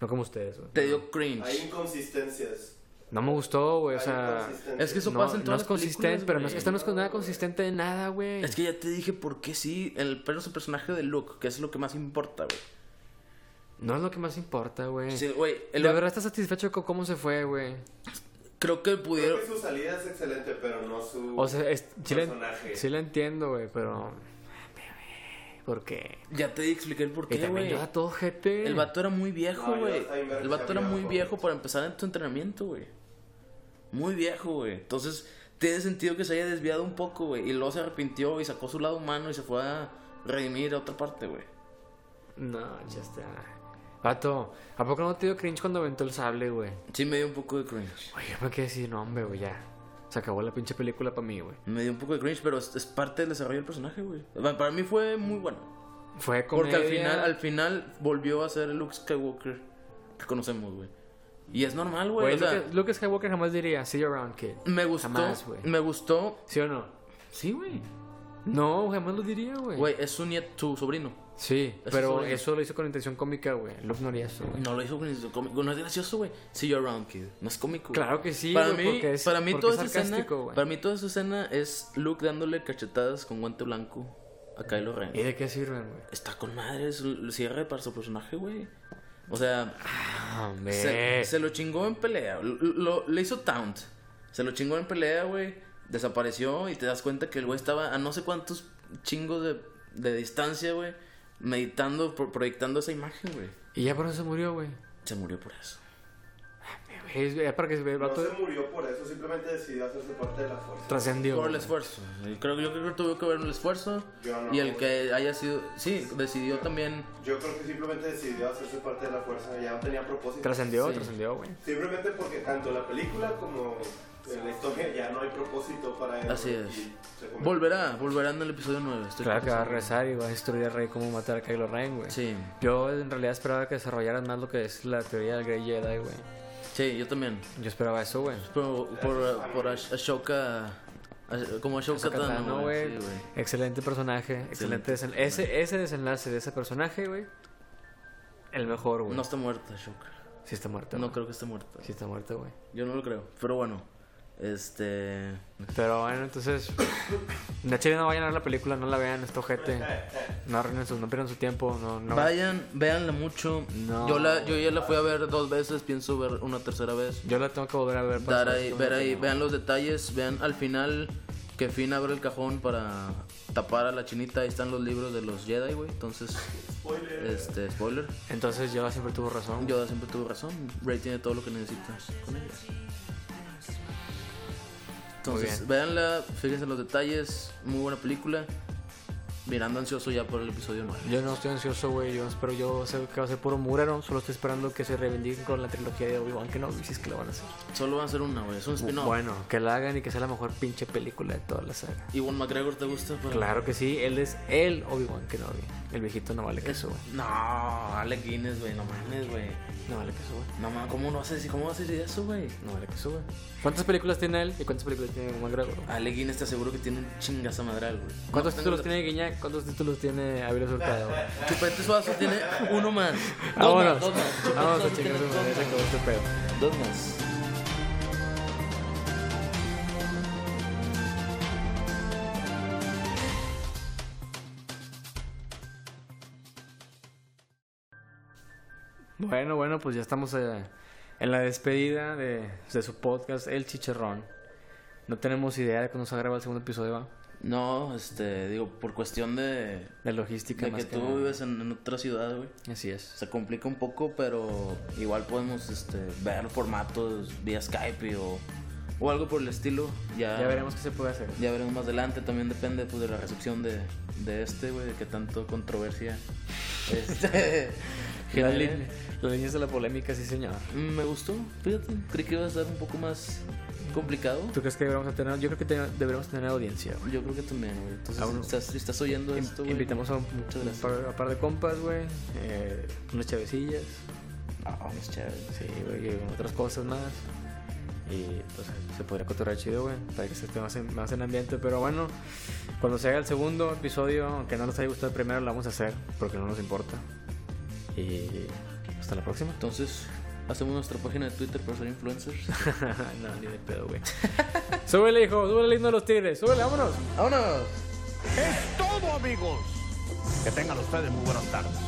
S1: No como ustedes, güey.
S2: te dio cringe.
S3: Hay inconsistencias.
S1: No me gustó, güey, o
S3: Hay
S1: sea,
S3: inconsistencias.
S2: Es que eso
S1: no,
S2: pasa en
S1: no
S2: todas
S1: es
S2: las
S1: consistente,
S2: películas,
S1: pero no, es-
S2: güey.
S1: esta no es con- nada consistente de nada, güey.
S2: Es que ya te dije por qué sí, el pero es el personaje de Luke, que es lo que más importa, güey.
S1: No es lo que más importa, güey.
S2: Sí, güey, el-
S1: La verdad está satisfecho con cómo se fue, güey.
S2: creo que
S3: Creo
S2: pudieron
S3: que su salida es excelente, pero no su.
S1: O sea, es, sí, la,
S3: Personaje.
S1: sí la entiendo, güey, pero... ¿Por qué?
S2: ya te expliqué el por
S1: Y
S2: qué,
S1: también
S2: güey.
S1: yo a todo gente.
S2: El vato era muy viejo,
S3: No, yo
S2: güey.
S3: estaba inverso,
S2: el vato era muy
S3: viejo.
S2: viejo para empezar en tu entrenamiento, güey. Muy viejo, güey. Entonces, tiene sentido que se haya desviado un poco, güey. Y luego se arrepintió y sacó su lado humano y se fue a redimir a otra parte, güey.
S1: No, ya está. Vato, ¿a poco no te dio cringe cuando aventó el sable, güey?
S2: Sí, me dio un poco de cringe.
S1: Oye, yo me quedé sin nombre, güey, ya. Se acabó la pinche película para mí, güey.
S2: Me dio un poco de cringe, pero es, es parte del desarrollo del personaje, güey. Bueno, Para mí fue muy bueno.
S1: Fue como.
S2: Porque al final, al final volvió a ser el Luke Skywalker que conocemos, güey. Y es normal, güey.
S1: Güey,
S2: O sea,
S1: Lucas, Lucas Skywalker jamás diría, see you around, kid.
S2: me gustó.
S1: jamás, güey.
S2: me gustó.
S1: ¿Sí o no?
S2: Sí, güey.
S1: No, jamás lo diría,
S2: Güey, es su nieto, su sobrino.
S1: Sí,
S2: Eso
S1: pero
S2: es-
S1: eso lo hizo con intención cómica, güey. Luke no haría eso, güey.
S2: No lo hizo con intención cómico. No es gracioso, güey. See you around, kid. No es cómico. güey.
S1: Claro que sí,
S2: Para
S1: güey,
S2: mí,
S1: porque es-
S2: para mí
S1: porque
S2: toda
S1: es
S2: esa escena,
S1: sarcástico, güey.
S2: para mí toda esa escena es Luke dándole cachetadas con guante blanco a Kylo Ren.
S1: ¿Y de qué sirven, güey?
S2: Está con madre, es el cierre para su personaje, güey. O sea,
S1: Ah, Hombre.
S2: se, se lo chingó en pelea. Lo- lo- le hizo taunt. Se lo chingó en pelea, güey. Desapareció y te das cuenta que el güey estaba a no sé cuántos chingos de, de distancia, güey. Meditando, pro- proyectando esa imagen, güey.
S1: Y ya por eso se murió, güey.
S2: Se murió por eso.
S1: Es, es para que se vea, el
S3: No
S1: vato
S3: se murió por eso, simplemente decidió hacerse parte de la fuerza.
S1: trascendió.
S2: Por el
S1: güey.
S2: esfuerzo. Yo creo, yo creo que tuvo que ver el esfuerzo.
S3: Yo no,
S2: y el
S3: güey.
S2: que haya sido. Sí, decidió también.
S3: Yo creo que simplemente decidió hacerse parte de la fuerza, ya no tenía propósito.
S1: Trascendió,
S2: Sí.
S1: trascendió, güey.
S3: Simplemente porque tanto la película como
S4: en la historia ya no hay propósito para él.
S2: Así es.
S4: y se convierte-
S2: Volverá, volverá en el episodio 9. Estoy
S1: Claro que va a
S2: seguro.
S1: regresar y va a destruir al rey como matar a Kylo Ren, güey.
S2: Sí,
S1: Yo en realidad esperaba que desarrollaran más lo que es la teoría del Grey Jedi, güey.
S2: sí, yo también.
S1: Yo esperaba eso, güey.
S2: Por, por, por Ash- Ashoka. Ash- Como Ashoka
S1: Ahsoka
S2: Tano,
S1: Tano,
S2: güey.
S1: güey.
S2: sí, güey.
S1: Excelente personaje, excelente desen- Ese, ese desenlace de ese personaje, güey. El mejor, güey.
S2: No está muerta Ashoka.
S1: Sí está muerto.
S2: No
S1: güey.
S2: creo que esté muerta.
S1: Sí está muerto, güey.
S2: Yo no lo creo. Pero bueno, este.
S1: Pero bueno, entonces. De Chile no vayan a ver la película, no la vean, esto gente. No arruinen su, no pierdan su tiempo, no, no.
S2: Vayan, véanla mucho.
S1: No.
S2: Yo, la, yo ya la fui a ver dos veces, pienso ver una tercera vez.
S1: Yo la tengo que volver a ver para
S2: Dar
S1: saber
S2: ahí,
S1: si
S2: ver
S1: me
S2: ahí,
S1: opino.
S2: vean los detalles, vean al final que Finn abre el cajón para tapar a la chinita. Ahí están los libros de los Jedi, güey. Entonces,
S4: Spoiler.
S2: este, spoiler.
S1: Entonces Yoda siempre tuvo razón.
S2: Yoda siempre tuvo razón. Rey tiene todo lo que necesitas con ella. Entonces,
S1: bien.
S2: véanla, fíjense en los detalles. Muy buena película. Mirando ansioso ya por el episodio 9.
S1: Yo no estoy ansioso, güey. Yo espero yo sé que va a ser puro murero. Solo estoy esperando que se reivindiquen con la trilogía de Obi-Wan que no si es que lo van a hacer.
S2: Solo van a hacer una, güey. Es un spin-off.
S1: Bueno, que la hagan y que sea la mejor pinche película de toda la saga.
S2: Iwan McGregor te gusta? Para...
S1: Claro que sí, él es el Obi-Wan Kenobi. El viejito no vale que eso, güey.
S2: No, Alec Guinness, güey. No mames, güey.
S1: No vale que eso, güey.
S2: No mames, ¿cómo no haces cómo haces eso, güey?
S1: No vale que eso, güey. ¿Cuántas películas tiene él y cuántas películas tiene McGregor? güey?
S2: Alec Guinness te aseguro que tiene un chingazo madral, güey.
S1: ¿Cuántos
S2: Ah, No tengo
S1: títulos
S2: la-
S1: tiene Guiñac? ¿Cuántos títulos tiene Ávila Surcado? güey?
S2: Chupete Suazo tiene uno más. Dos más,
S1: Vámonos.
S2: dos más. Chupete
S1: Ah, Vamos a
S2: Suazo
S1: checar
S2: tiene
S1: su
S2: dos
S1: madre, se
S2: más.
S1: acabó este pedo.
S2: Dos más.
S1: Bueno, bueno, pues ya estamos eh, en la despedida de, de su podcast, El Chicharrón. No tenemos idea de cuándo se graba el segundo episodio, ¿va?
S2: No, este, digo, por cuestión de,
S1: De logística
S2: de
S1: más
S2: que
S1: que
S2: tú
S1: nada.
S2: vives en, en otra ciudad, güey.
S1: Así es.
S2: Se complica un poco, pero igual podemos este, ver formatos vía Skype y o, o algo por el estilo. Ya,
S1: Ya veremos qué se puede hacer.
S2: Ya veremos más adelante, también depende pues, de la recepción de, de este, güey, de qué tanto controversia. Este,
S1: La
S2: genere.
S1: línea- Las líneas de la polémica, sí, señor.
S2: Mm, Me gustó, fíjate, creí que iba a estar un poco más complicado.
S1: ¿Tú crees que deberíamos tener? Yo creo que te- deberíamos tener audiencia, güey.
S2: Yo creo que también, güey. Entonces,
S1: Ah, bueno.
S2: estás, si estás oyendo
S1: In-
S2: esto, güey,
S1: Invitamos a un,
S2: muchas
S1: un
S2: gracias.
S1: par, a par de compas, güey. eh, unas chavecillas.
S2: Ah, es chévere.
S1: Sí, güey, y otras cosas más. Y pues se podría cotorrear chido, güey. Para que se esté más en, más en ambiente. Pero bueno, cuando se haga el segundo episodio, aunque no les haya gustado el primero, lo vamos a hacer. Porque no nos importa. Y hasta la próxima.
S2: Entonces, hacemos nuestra página de Twitter para ser influencers.
S1: no, ni de pedo, güey. súbele, hijo. Súbele el himno de los tigres. Súbele, vámonos.
S2: ¡Vámonos!
S3: Es todo, amigos. Que tengan ustedes muy buenas tardes.